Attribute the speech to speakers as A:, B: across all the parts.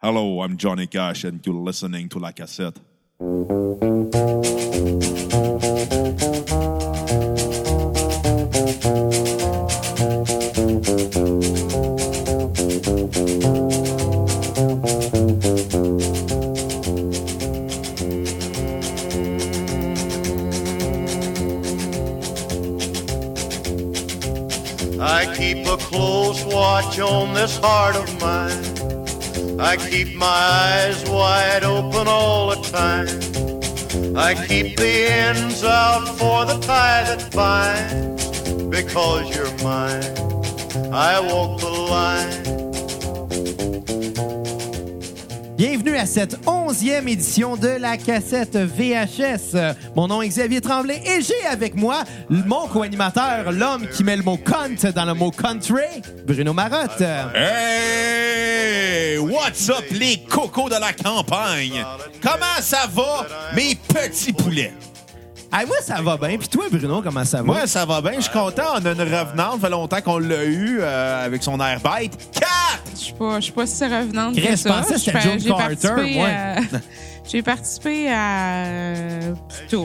A: Hello, I'm Johnny Cash, and you're listening to La Cassette.
B: I keep a close watch on this heart of mine. I keep my eyes wide open all the time. I keep the ends out for the tie that binds. Because you're mine, I walk the line.
C: Bienvenue à cette onzième édition de la cassette VHS. Euh, Mon nom est Xavier Tremblay et j'ai avec moi l- mon co-animateur, l'homme qui met le mot cunt dans le mot country, Bruno Marotte. Euh,
D: Hey! What's up, les cocos de la campagne? Comment ça va, mes petits poulets?
C: Ah, moi, ça va bien. Puis toi, Bruno, comment ça va?
D: Moi, ça va bien, je suis content. On a une revenante, ça fait longtemps qu'on l'a eu euh, avec son air bite. Cat!
E: Je suis pas, je suis pas si revenante
C: Chris,
E: que
C: je
E: ça.
C: pensais que c'était
E: fais-
C: Joan
E: j'ai
C: Carter,
E: participé
C: moi.
E: à- J'ai participé à euh, Tour.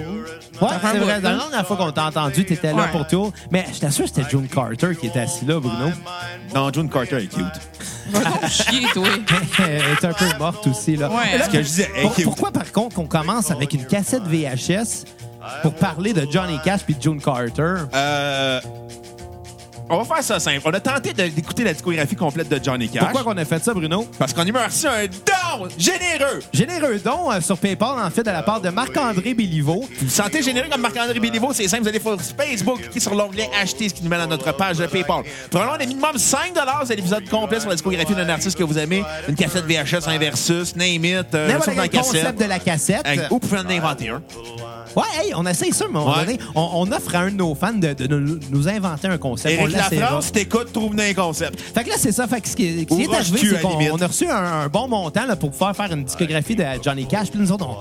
C: Ouais,
E: Ça fait un
C: c'est
E: bout,
C: vrai.
E: hein?
C: La dernière fois qu'on t'a entendu, t'étais là
E: Ouais.
C: pour tout. Mais je t'assure, c'était June Carter qui était assis là, Bruno.
D: Non, June Carter est cute.
E: Va donc chier, toi.
C: Elle est un peu morte aussi, là.
E: Ouais.
C: Mais là,
E: Ce
D: que je disais, hey,
C: pour-
D: qui-
C: pourquoi, par contre, qu'on commence avec une cassette VHS pour parler de Johnny Cash puis de June Carter?
D: Euh, on va faire ça simple. On a tenté de- d'écouter la discographie complète de Johnny Cash.
C: Pourquoi qu'on a fait ça, Bruno?
D: Parce qu'on y a reçu un don généreux.
C: Généreux don euh, sur PayPal, en fait, de la part de Marc-André Béliveau.
D: Vous vous sentez généreux comme Marc-André Béliveau, c'est simple, vous allez sur Facebook, cliquez sur l'onglet Acheter ce qui nous mène à notre page de PayPal. Probablement un minimum 5 vous avez l'épisode complet sur la discographie d'un artiste que vous aimez, une cassette VHS, un versus, name it, euh,
C: N'importe
D: sur la
C: quel concept
D: cassette.
C: de la cassette.
D: Un- Ou vous pouvez en inventer un.
C: Ouais, hey, on essaye ça, mais on,
D: Ouais.
C: donné, on, on offre à un de nos fans de, de nous, nous inventer un concept. on
D: Éric
C: l'essayera.
D: Lafrance, t'écoutes, trouve un concept.
C: Fait que là, c'est ça. Fait que ce qui, ce qui
D: Ou
C: est arrivé,
D: roche-cul,
C: c'est
D: à
C: qu'on
D: limite.
C: on a reçu un, un bon montant là, pour pouvoir faire une discographie de Johnny Cash. Puis nous autres, on,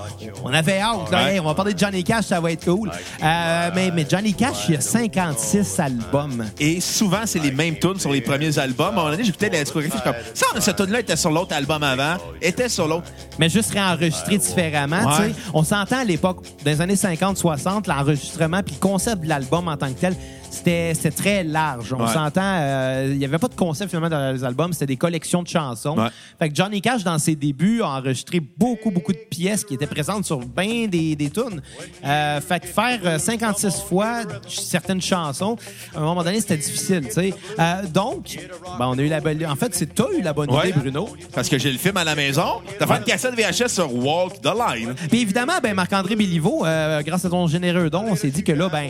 C: on avait hâte. Là,
D: Ouais.
C: Hey, on va parler de Johnny Cash, ça va être cool. Euh, mais, mais Johnny Cash, il y a 56 albums.
D: Et souvent, c'est les mêmes tunes sur les premiers albums. À un moment donné, j'écoutais la discographie, je suis comme, ça, mais cette tune-là était sur l'autre album avant, était sur l'autre.
C: mais juste réenregistré différemment. tu
D: Ben Ouais.
C: sais. On s'entend à l'époque, dans les années 50-60, l'enregistrement puis le concept de l'album en tant que tel, c'était c'était très large. On
D: Ouais.
C: s'entend, euh, il n'y avait pas de concept finalement dans les albums, c'était des collections de chansons.
D: Ouais.
C: Fait que Johnny Cash, dans ses débuts, a enregistré beaucoup, beaucoup de pièces qui étaient présentes sur bien des, des tunes. Euh, fait que faire euh, 56 fois certaines chansons, à un moment donné, c'était difficile. tu sais. Euh, donc, ben, on a eu la bonne... En fait, c'est toi eu la bonne
D: Ouais.
C: idée, Bruno.
D: Parce que j'ai le film à la maison. T'as fait une cassette VHS sur Walk the Line.
C: Puis évidemment, ben Marc-André Béliveau, euh, grâce à ton généreux don, on s'est dit que là, ben,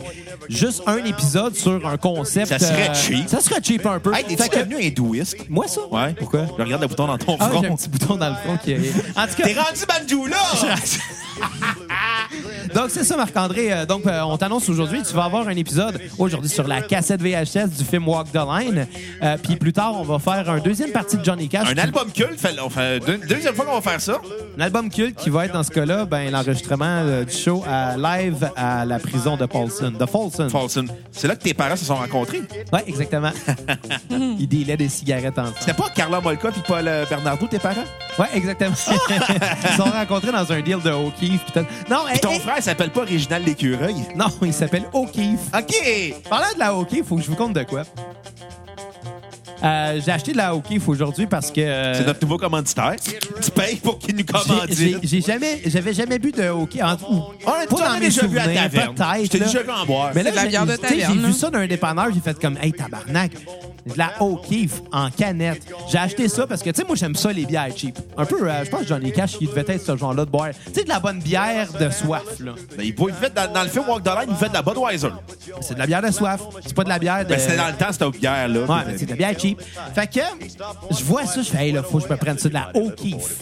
C: juste un épisode sur un concept. euh,
D: Ça serait cheap.
C: Ça serait cheap un peu.
D: Hey,
C: Fait
D: t'es-tu
C: que-
D: devenu hindouiste?
C: Moi, ça?
D: Ouais.
C: Pourquoi?
D: Je regarde le bouton dans ton
C: Ah,
D: front.
C: j'ai un petit bouton dans le front qui est. En tout
D: T'es
C: cas,
D: rendu Banjo là!
C: donc c'est ça, Marc-André. Euh, Donc, euh, on t'annonce aujourd'hui, tu vas avoir un épisode aujourd'hui sur la cassette VHS du film Walk the Line. Euh, Puis plus tard, on va faire un deuxième partie de Johnny Cash.
D: Un
C: qui-
D: album culte, fait, on fait deux- deuxième fois qu'on va faire ça.
C: Un album culte qui va être, dans ce cas-là, ben, l'enregistrement euh, du show à live à la prison de Paulson. De Folsom.
D: Paulson, c'est là que tes parents se sont rencontrés.
C: Ouais, exactement. il délai des cigarettes en
D: C'était pas Carla Molka puis Paul euh, Bernardo, tes parents?
C: Ouais, exactement. Ils se sont rencontrés dans un deal de O'Keefe. Putain. Non, hey,
D: Puis ton
C: hey,
D: frère s'appelle pas Réginald L'Écureuil.
C: Non, il s'appelle O'Keefe.
D: OK!
C: Parlant de la O'Keefe, faut que je vous compte de quoi. Euh, j'ai acheté de la O'Keefe aujourd'hui parce que. euh,
D: C'est notre nouveau commanditaire. Tu payes pour qu'il nous
C: j'ai- j'ai-
D: commandite.
C: j'ai jamais, j'avais jamais bu de O'Keefe. En, ou-
D: On
C: pas dans
D: a
C: mes
D: déjà vu à
C: souvenirs,
D: taverne.
C: peut-être,
D: Je t'ai
C: là.
D: déjà vu en boire.
C: Mais là,
E: de la
C: j'ai-
E: bière
C: tu
E: de
C: sais, j'ai
E: taverne,
C: vu
E: là.
C: ça d'un dépanneur, j'ai fait comme, hey, tabarnak, de la O'Keefe en canette. J'ai acheté ça parce que, tu sais, moi, j'aime ça, les bières cheap. Un peu, euh, je pense que Johnny Cash, il devait être ce genre-là de boire. Tu sais, de la bonne bière de soif, là.
D: Ben, il faut- il fait dans, dans le film Walk the Line, il fait de la Budweiser.
C: C'est de la bière de soif. C'est pas de la bière de.
D: Ben, c'était dans le temps, cette bière-là.
C: Ouais, mais c'est de la bière cheap. Fait que, je vois ça, je fais, hey, là, faut que je me prenne ça de la O'Keefe.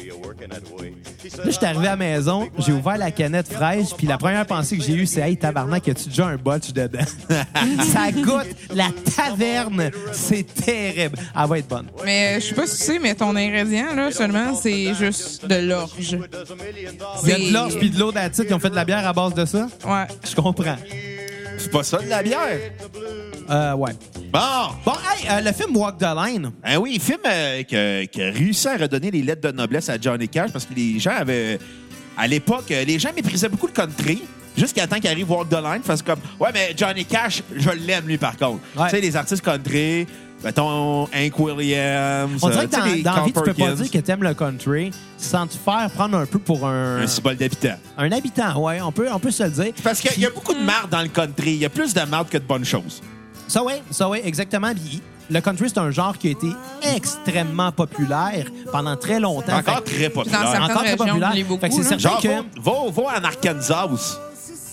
C: Là, je suis arrivé à la maison, j'ai ouvert la canette fraîche, puis la première pensée que j'ai eue, c'est Hey, tabarnak, as-tu déjà un botch dedans? ça goûte la taverne, c'est terrible. Elle va être bonne.
E: Mais euh, je sais pas si tu sais, mais ton ingrédient, là, seulement, c'est juste de l'orge.
C: Il y a de l'orge puis de l'eau d'attitude, ils ont fait de la bière à base de ça?
E: Ouais.
C: Je comprends.
D: C'est pas ça de la bière.
C: Euh, ouais.
D: Bon.
C: Bon, hey, euh, le film Walk the Line.
D: Hein oui, film euh, qui a- qui a réussi à redonner les lettres de noblesse à Johnny Cash parce que les gens avaient. À l'époque, euh, les gens méprisaient beaucoup le country jusqu'à temps qu'il arrive Walk the Line. Parce que, comme, ouais, mais Johnny Cash, je l'aime, lui, par contre.
C: Ouais.
D: Tu sais, les artistes country, mettons, Hank Williams.
C: On dirait
D: euh,
C: que
D: tu sais,
C: dans,
D: les
C: dans la vie, tu
D: Carl
C: peux pas
D: Perkins,
C: dire que t'aimes le country sans te faire prendre un peu pour un,
D: Un cibole d'habitant.
C: un habitant. Ouais, on peut, on peut se le dire.
D: Parce qu'il y a beaucoup de marde dans le country. Il y a plus de marde que de bonnes choses.
C: Ça, ouais, ça, ouais, exactement. Puis, le country, c'est un genre qui a été extrêmement populaire pendant très longtemps.
D: Encore
C: Fait-
D: très
E: certaines
D: populaire.
C: encore très
E: régions,
C: populaire.
E: on l'est beaucoup,
C: Fait que c'est
E: là.
C: certain
D: Genre,
C: que...
D: va, va- va en Arkansas aussi.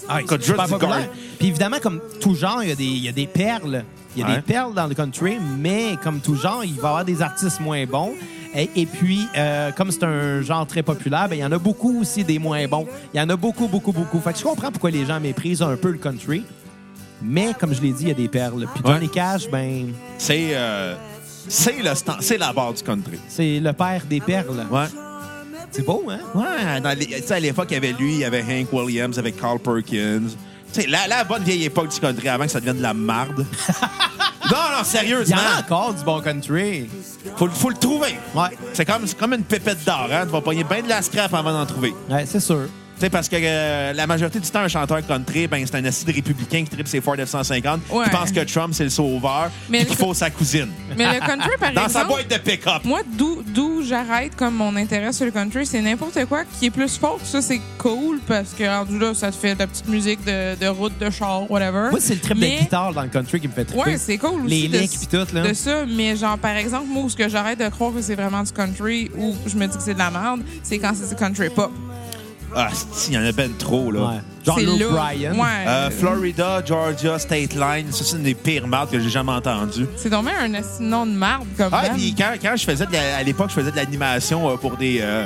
C: Ah, oui,
D: Quand
C: c'est
D: je
C: super
D: dis
C: populaire.
D: guard.
C: Puis évidemment, comme tout genre, il y, a des- il y a des perles. Il y a
D: Ouais.
C: des perles dans le country, mais comme tout genre, il va y avoir des artistes moins bons. Et, et puis, euh, comme c'est un genre très populaire, ben, il y en a beaucoup aussi des moins bons. Il y en a beaucoup, beaucoup, beaucoup. Fait que je comprends pourquoi les gens méprisent un peu le country. Mais comme je l'ai dit, il y a des perles. Puis
D: Ouais.
C: Johnny Cash, ben,
D: C'est euh, c'est le stand- c'est la barre du country.
C: c'est le père des perles.
D: Ouais.
C: C'est beau, hein?
D: Ouais, dans les- tu sais, à l'époque, il y avait lui, il y avait Hank Williams, il y avait Carl Perkins. Tu sais, la, la bonne vieille époque du country avant que ça devienne de la marde. non, non,
C: Il y en
D: sérieusement,
C: a encore du bon country.
D: faut, le- faut le trouver.
C: Ouais,
D: C'est comme, c'est comme une pépette d'or, hein? Tu vas pogner bien de la scrap avant d'en trouver.
C: ouais c'est sûr.
D: Tu sais, parce que euh, la majorité du temps, un chanteur country, ben, c'est un acide républicain qui tripe ses Ford F-150,
E: Ouais.
D: qui pense que Trump, c'est le sauveur,
E: Mais
D: puis
E: le-
D: qu'il faut sa cousine.
E: Mais le country, par
D: Dans sa
E: exemple,
D: boîte de pick-up.
E: moi, d'où d'où j'arrête comme mon intérêt sur le country, c'est n'importe quoi qui est plus fort. Ça, c'est cool parce que, rendu là, ça te fait de la petite musique de, de route, de char, whatever.
C: Moi, c'est le trip
E: Mais-
C: de guitare dans le country qui me fait triper.
E: Ouais, c'est cool
C: Les
E: aussi. de-
C: licks pis tout, là.
E: De ça, mais genre, par exemple, moi, où ce que j'arrête de croire que c'est vraiment du country ou je me dis que c'est de la merde, c'est quand c'est du country pop.
D: Ah, si, il y en a ben trop, là.
C: Ouais. Genre
E: C'est
C: Luke
E: là.
C: Bryan.
E: Ouais.
D: Euh, Florida, Georgia, State Line, ça, c'est une des pires marques que j'ai jamais entendues.
E: c'est donc même un assis de nom de marde comme
D: Ah,
E: band.
D: puis quand, quand je faisais, de la- à l'époque, je faisais de l'animation euh, pour des, euh,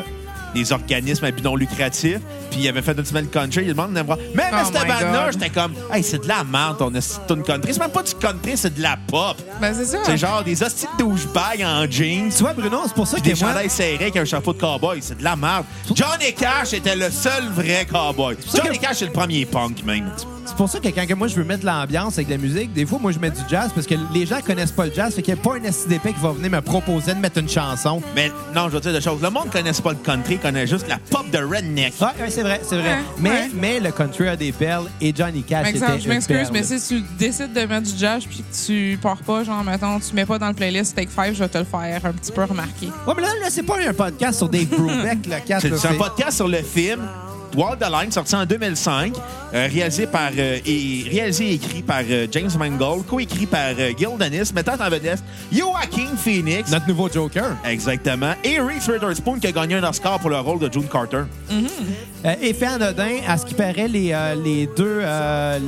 D: des organismes à but non lucratif, puis il avait fait une semaine country, il demande de me voir. Même à
E: Oh
D: cette
E: my
D: bande-là,
E: God.
D: j'étais comme, hey, c'est de la merde, ton esti de tune country. C'est même pas du country, c'est de la pop.
E: Ben, c'est ça.
D: C'est genre des hosties de douchebag en jeans.
C: Tu vois, Bruno, c'est pour ça
D: Des
C: que moi,
D: chandails serrés avec un chapeau de cowboy, c'est de la merde. Johnny Cash était le seul vrai cowboy.
C: ça
D: Johnny
C: que-
D: Cash est le premier punk, même.
C: c'est pour ça que quand que moi je veux mettre de l'ambiance avec de la musique, des fois moi je mets du jazz parce que les gens connaissent pas le jazz, fait qu'il n'y a pas un SDP qui va venir me proposer de mettre une chanson.
D: Mais non, je veux dire deux choses. Le monde ne connaît pas le country, connaît juste la pop de redneck.
C: Ouais, Ah, ouais, c'est vrai, c'est vrai.
E: Ouais,
C: mais,
E: ouais.
C: mais le country a des perles et Johnny Cash
E: Maxence,
C: était
E: je
C: une
E: m'excuse,
C: perle.
E: mais si tu décides de mettre du jazz puis que tu pars pas, genre, mettons, tu mets pas dans le playlist Take 5, je vais te le faire un petit peu remarquer.
C: Ouais, mais là, là, c'est pas un podcast sur Dave Brubeck, le 4.
D: C'est c'est un podcast sur le film Walk the Line, sorti en 2005, euh, réalisé, par, euh, et, réalisé et écrit par euh, James Mangold, coécrit par euh, Gil Dennis, mettant en vedette Joaquin Phoenix.
C: Notre nouveau Joker.
D: Exactement. Et Reese Witherspoon qui a gagné un Oscar pour le rôle de June Carter.
C: Euh, et fait anodin, à ce qui paraît, les, euh, les deux. euh,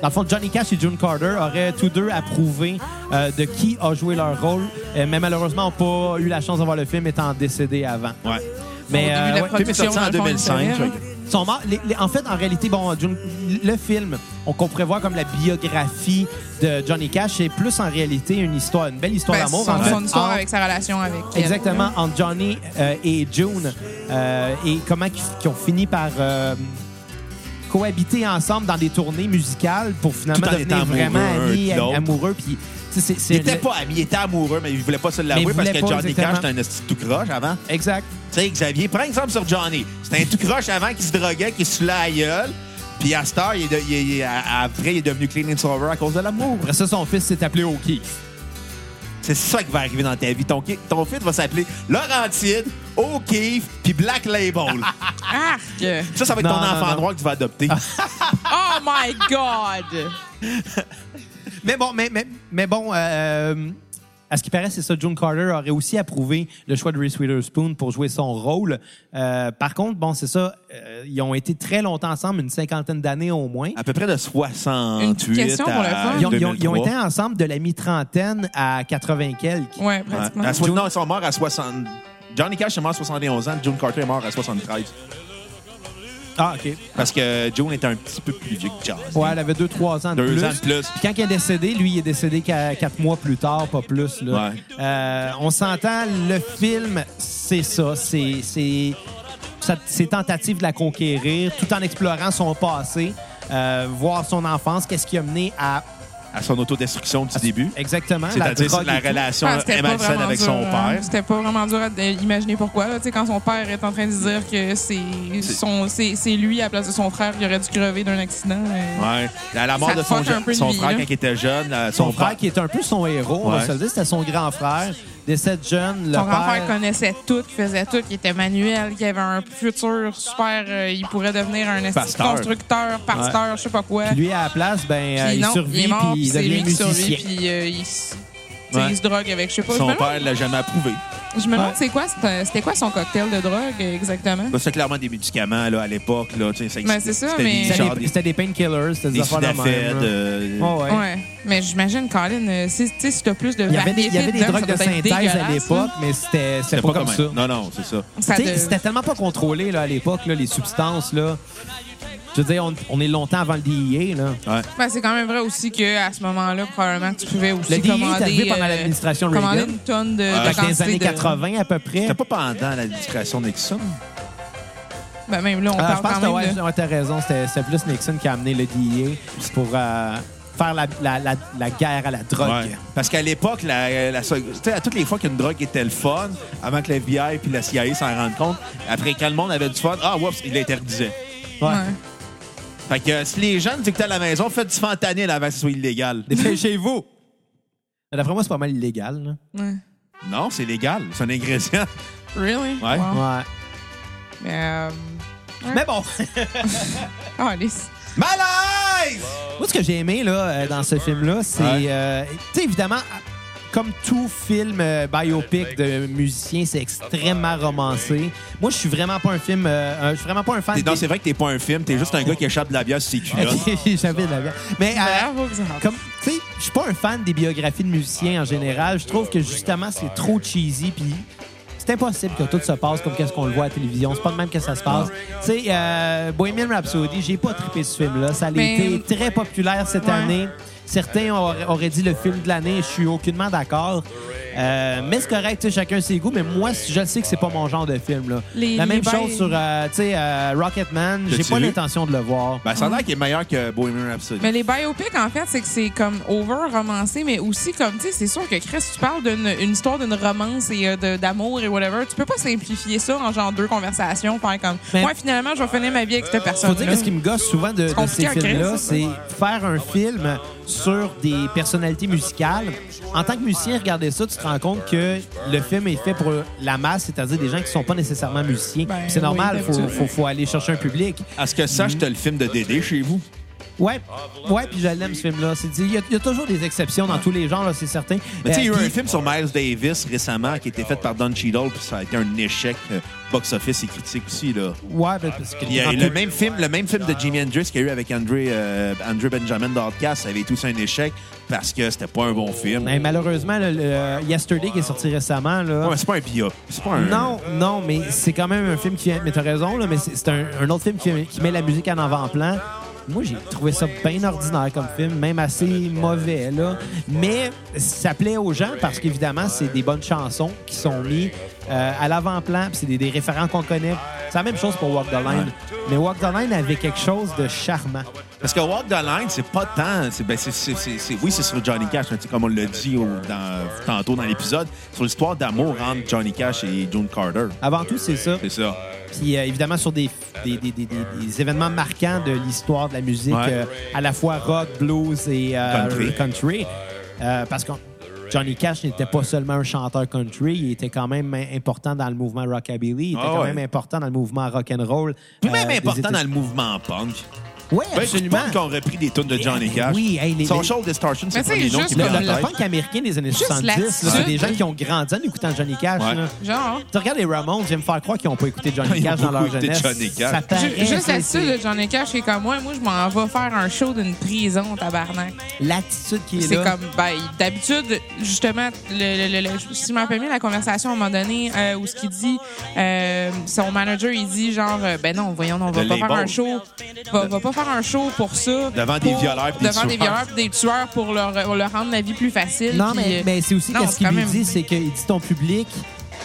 C: dans le fond, Johnny Cash et June Carter auraient tous deux approuvé euh, de qui a joué leur rôle, euh, mais malheureusement, n'ont pas eu la chance de voir le film étant décédé avant.
D: Ouais.
C: Mais euh,
E: début de la
C: ouais,
D: Le film est sorti
E: Production,
D: en
E: dans le fond,
D: 2005.
E: littéraire.
C: ils sont morts. Les- les- en fait, en réalité, bon, June- le film on- qu'on prévoit comme la biographie de Johnny Cash, c'est plus en réalité une histoire, une belle histoire
E: Ben,
C: d'amour.
E: son,
C: en fait,
E: son histoire
C: entre-
E: avec sa relation avec elle.
C: Exactement, entre Johnny euh, et June. euh, et comment qu'ils qu'ils ont fini par euh, cohabiter ensemble dans des tournées musicales pour finalement
D: Tout en
C: devenir
D: étant
C: vraiment
D: amoureux,
C: amis,
D: puis l'autre.
C: amoureux. Puis, tu sais, c'est- c'est
D: Il était
C: le-
D: pas ami, il était amoureux, mais il voulait pas se l'avouer
C: Mais il
D: parce
C: voulait
D: que
C: pas,
D: Johnny
C: exactement.
D: Cash était un esti tout croche avant.
C: Exact.
D: Tu sais, Xavier, prends exemple sur Johnny. C'était un tout croche avant qui se droguait, qui se saoulait à la gueule. Puis à Star, il est de- il est- il est- à- après, il est devenu clean and sober à cause de l'amour.
C: Après ça, son fils s'est appelé O'Keefe.
D: C'est ça qui va arriver dans ta vie. Ton, ki- ton fils va s'appeler Laurentide, O'Keefe, puis Black Label.
E: Arc!
D: ça, ça va être
C: Non,
D: ton
C: non,
D: enfant
C: non. Ah.
D: droit que tu vas adopter.
E: Oh my God!
C: Mais bon, mais, mais, mais bon, euh, à ce qui paraît, c'est ça. June Carter aurait aussi approuvé le choix de Reese Witherspoon pour jouer son rôle. Euh, par contre, bon, c'est ça. euh, ils ont été très longtemps ensemble, une cinquantaine d'années au moins.
D: à peu près de
E: Une petite
D: 68
E: question pour le
D: à
E: fun.
C: Ils ont, ils ont-
D: 2003.
C: ils ont été ensemble de la mi-trentaine à 80 quelques.
E: Ouais,
D: Ouais.
E: pratiquement.
D: À soi- non, ils sont morts à 60... Johnny Cash est mort à 71 ans, June Carter est mort à 73.
C: Ah, OK.
D: Parce que June était un petit peu plus vieux que Charles.
C: Ouais, elle avait 2-3 ans de
D: Deux
C: plus.
D: ans de plus.
C: Puis quand elle est décédée, lui, il est décédé 4 mois plus tard, pas plus. Là.
D: Ouais.
C: Euh, on s'entend, le film, c'est ça. C'est c'est- ça- ses tentatives de la conquérir tout en explorant son passé. euh, voir son enfance, qu'est-ce qui a mené à.
D: À son autodestruction du début.
C: Exactement.
D: C'est-à-dire
C: Hein, drogue
D: c'est la
C: et tout.
D: relation
E: Ah, c'était pas
D: malsaine
E: vraiment
D: avec
E: dur,
D: son
E: hein.
D: père.
E: C'était pas vraiment dur à d- euh, imaginer pourquoi. là. Tu sais, Quand son père est en train de dire que c'est son- c'est c'est lui à la place de son frère qui aurait dû crever d'un accident. euh,
D: Ouais. À la mort
E: Ça
D: de son,
E: fuck un
D: jeune-
E: peu une
D: son
E: vie,
D: frère
E: là.
D: quand il était jeune, euh,
C: Son
D: son,
C: frère,
D: père-
C: qui est un peu son héros, on va
D: Ouais.
C: se le dire, c'était son grand frère. Décède jeune, le
E: Son
C: père.
E: grand-père connaissait tout, qui faisait tout, qui était manuel, qui avait un futur super. euh, il pourrait devenir un esti de
D: Pasteur.
E: constructeur, pasteur, je sais pas quoi.
C: Puis lui, à la place, ben, euh,
E: Puis
C: il
E: non,
C: survit,
E: est mort,
C: puis il
E: c'est
C: devient
E: lui qui survit,
C: musicien.
E: puis euh, il, s- tu sais,
D: Ouais.
E: il se drogue avec, je sais pas. je me
D: son
E: demande-
D: père l'a jamais approuvé.
E: je me
C: Ouais.
E: demande, c'est quoi, c'était c'était quoi son cocktail de drogue euh, exactement?
D: Là, C'est clairement des médicaments là, à l'époque. là, tu sais, ça
E: Ben,
D: existait.
E: c'est ça,
D: C'était
E: mais-
D: des-
C: C'était
D: genre
C: des-
D: des,
C: C'était des painkillers, c'était des,
D: des
C: affaires de
D: Sudafed,
C: même. là.
D: euh,
C: Oh, ouais.
E: Ouais. Mais j'imagine, Colin, euh, si tu sais, si t'as plus de
C: Il y avait des, il y avait
E: variété
C: des
E: dedans,
C: drogues de
E: ça doit être
C: synthèse à
E: dégueulasse,
C: l'époque,
E: là.
C: mais c'était c'était
D: c'était
C: pas comme ça.
D: Non, non, c'est ça.
E: Ça
C: Tu sais,
E: de-
C: C'était tellement pas contrôlé là, à l'époque, là, les substances. Là. Je veux dire, on, on est longtemps avant le DIA. Là.
E: Ben, c'est quand même vrai aussi qu'à ce moment-là, probablement que tu pouvais aussi
C: Le DIA est
E: commander,
C: arrivé pendant
E: euh,
C: l'administration
E: commander
C: Reagan.
E: une tonne de,
D: Ouais.
E: de
D: Fait
C: Dans
E: quantité
C: les années
E: de-
C: 80 à peu près.
D: C'était pas pendant la discrétion de Nixon.
E: Ben, même là, on
C: Euh, je
E: parle
C: pense que
E: quand
C: ouais,
E: même de...
C: ouais, t'as raison. C'était c'était plus Nixon qui a amené le DIA pour euh, faire la, la- la- la guerre à la drogue.
D: Ouais. Parce qu'à l'époque, la, la- tu sais, à toutes les fois qu'une drogue était le fun, avant que la FBI puis la CIA s'en rendent compte, après quand le monde avait du fun, ah, oups, il l'interdisait.
C: Ouais.
E: Ouais.
D: Fait que euh, si les jeunes écoutaient à la maison, faites du fentanyl avant que ce soit illégal.
C: Dépêchez-vous! Mais D'après moi, c'est pas mal illégal. là.
E: Ouais.
D: Non, c'est légal. C'est un ingrédient.
E: Really?
D: Ouais.
E: Wow.
C: Ouais.
E: Mais, euh,
C: Mais bon,
E: ah, Alice.
D: Malaise!
C: moi, ce que j'ai aimé là, euh, dans ce film-là, c'est.
D: Ouais.
C: euh, tu sais, évidemment, comme tout film euh, biopic de musicien, c'est extrêmement romancé. Moi, je suis vraiment pas un film. euh, un- je suis vraiment pas un fan.
D: T'es- Non,
C: des-
D: c'est vrai que t'es pas un film, t'es juste un gars qui échappe de la bière sur ses culottes.
C: Ah, Ok, j'avais de la bière. Mais euh,
E: Bravo, Xavier.
C: comme tu sais, je suis pas un fan des biographies de musiciens en général. Je trouve que justement c'est trop cheesy puis c'est impossible que tout se passe comme qu'est-ce qu'on le voit à la télévision. C'est pas de même que ça se passe. Tu sais, euh, Bohemian Rhapsody, j'ai pas trippé ce film-là. Ça a
E: Mais-
C: été très populaire cette
E: Ben, Ouais.
C: année. Certains auraient, auraient dit le film de l'année. Je suis aucunement d'accord. Euh, mais c'est correct, tu sais, chacun ses goûts. Mais moi, je sais que c'est pas mon genre de film. Là.
E: Les-
C: La
E: les
C: même
E: bails-
C: chose sur euh, tu sais, euh, Rocketman. J'ai
D: L'as-tu
C: pas
D: vu?
C: l'intention de le voir.
D: Ben, ça a l'air qu'il est meilleur que Bohemian Rhapsody.
E: Mais les biopics, en fait, c'est que c'est comme over romancé, mais aussi comme, tu sais, c'est sûr que Chris, tu parles d'une une histoire d'une romance et euh, de- d'amour et whatever. Tu peux pas simplifier ça en genre deux conversations, faire comme,
C: Mais-
E: ouais, finalement, je vais finir ma vie avec cette
C: Faut
E: personne.
C: dire que ce qui me gosse souvent de, de ces
E: compliqué à créer,
C: films-là,
E: ça.
C: c'est faire un film sur des personnalités musicales. En tant que musicien, regarder ça, tu te rends compte que le film est fait pour la masse, c'est-à-dire des gens qui sont pas nécessairement musiciens.
E: Ben,
C: Puis c'est normal,
E: oui,
C: faut,
E: d'habitude.
C: faut, faut aller chercher un public.
D: À ce que ça, j'étais le film de Dédé chez vous.
C: Ouais, ouais puis je l'aime, ce film-là. C'est dit, Il y, a- il y a toujours des exceptions dans tous les genres, là, c'est certain.
D: Mais tu sais, il y a
C: Euh,
D: eu un
C: puis-
D: film sur Miles Davis récemment qui a été fait par Don Cheadle, puis ça a été un échec euh, box-office et critique aussi, là.
C: Ouais, ben, parce que
D: Il y a le même film, le même film de Jimi Hendrix qu'il y a eu avec André, euh, André Benjamin d'Outcast, ça avait été aussi un échec parce que c'était pas un bon film.
C: Ben, malheureusement, le, le Yesterday qui est sorti récemment, là,
D: Ouais, mais c'est pas un biopic. C'est pas un.
C: Non, non, mais c'est quand même un film qui. Mais t'as raison, là, mais c'est c'est un, un autre film qui, qui met la musique en avant-plan. Moi, j'ai trouvé ça bien ordinaire comme film, même assez mauvais, là. Mais ça plaît aux gens parce qu'évidemment, c'est des bonnes chansons qui sont mises euh, à l'avant-plan, puis c'est des, des référents qu'on connaît. C'est la même chose pour Walk the Line. Mais Walk the Line avait quelque chose de charmant.
D: Parce que Walk the Line, c'est pas tant. C'est, ben, c'est, c'est- c'est- c'est- oui, c'est sur Johnny Cash, un petit- comme on l'a dit au- dans- tantôt dans l'épisode, sur l'histoire d'amour entre Johnny Cash et June Carter.
C: Avant tout, c'est ça.
D: C'est ça.
C: Puis euh, évidemment, sur des, des, des- des- des- des événements marquants de l'histoire de la musique,
D: Ouais.
C: euh, à la fois rock, blues et euh,
D: Country.
C: country. Euh, parce que Johnny Cash n'était pas seulement un chanteur country, il était quand même important dans le mouvement rockabilly, il était
D: Ah
C: quand
D: ouais.
C: même important dans le mouvement rock'n'roll. euh,
D: Puis même important dans le mouvement punk.
C: Oui,
D: Ben,
C: absolument.
D: Punk ont repris des tunes de Johnny
C: Eh,
D: Cash.
C: oui, hey, les-
D: Son
C: les-
D: show Distortion, c'est
E: Mais
D: le
E: c'est
D: premier nom qui me
E: juste
C: Le,
D: vient
E: dans
D: en
C: le
D: tête.
C: punk américain des années
E: Juste
C: 70, là, c'est
E: l'attitude.
C: des gens qui ont grandi en écoutant Johnny Cash.
D: Ouais.
C: là.
E: Genre,
C: Tu regardes les Ramones, j'aime faire croire qu'ils n'ont pas écouté Johnny
D: Ils ont
C: Cash dans leur
D: beaucoup écouté
C: jeunesse.
D: Johnny Cash.
C: Ça paraît,
E: ju- juste
C: c'est-
E: là-dessus, là, j'en ai caché comme moi. Moi, je m'en vais faire un show d'une prison, tabarnak.
C: L'attitude qui est,
E: C'est
C: là.
E: comme, ben, d'habitude, justement, le, le- le- le- si je me rappelle bien la conversation à un moment donné euh, où ce qu'il dit, euh, son manager, il dit genre, euh, ben non, voyons, on va
D: De
E: pas faire
D: label.
E: un show, va, va pas faire un show pour ça.
D: Devant des
E: pour-
D: violeurs pis des
E: devant des
D: tueurs.
E: violeurs pis des tueurs pour leur, pour leur rendre la vie plus facile.
C: Non,
E: puis, euh,
C: mais, mais c'est aussi
E: non,
C: qu'est-ce
E: c'est
C: qu'il
E: quand
C: lui
E: même-
C: dit, c'est qu'il dit ton public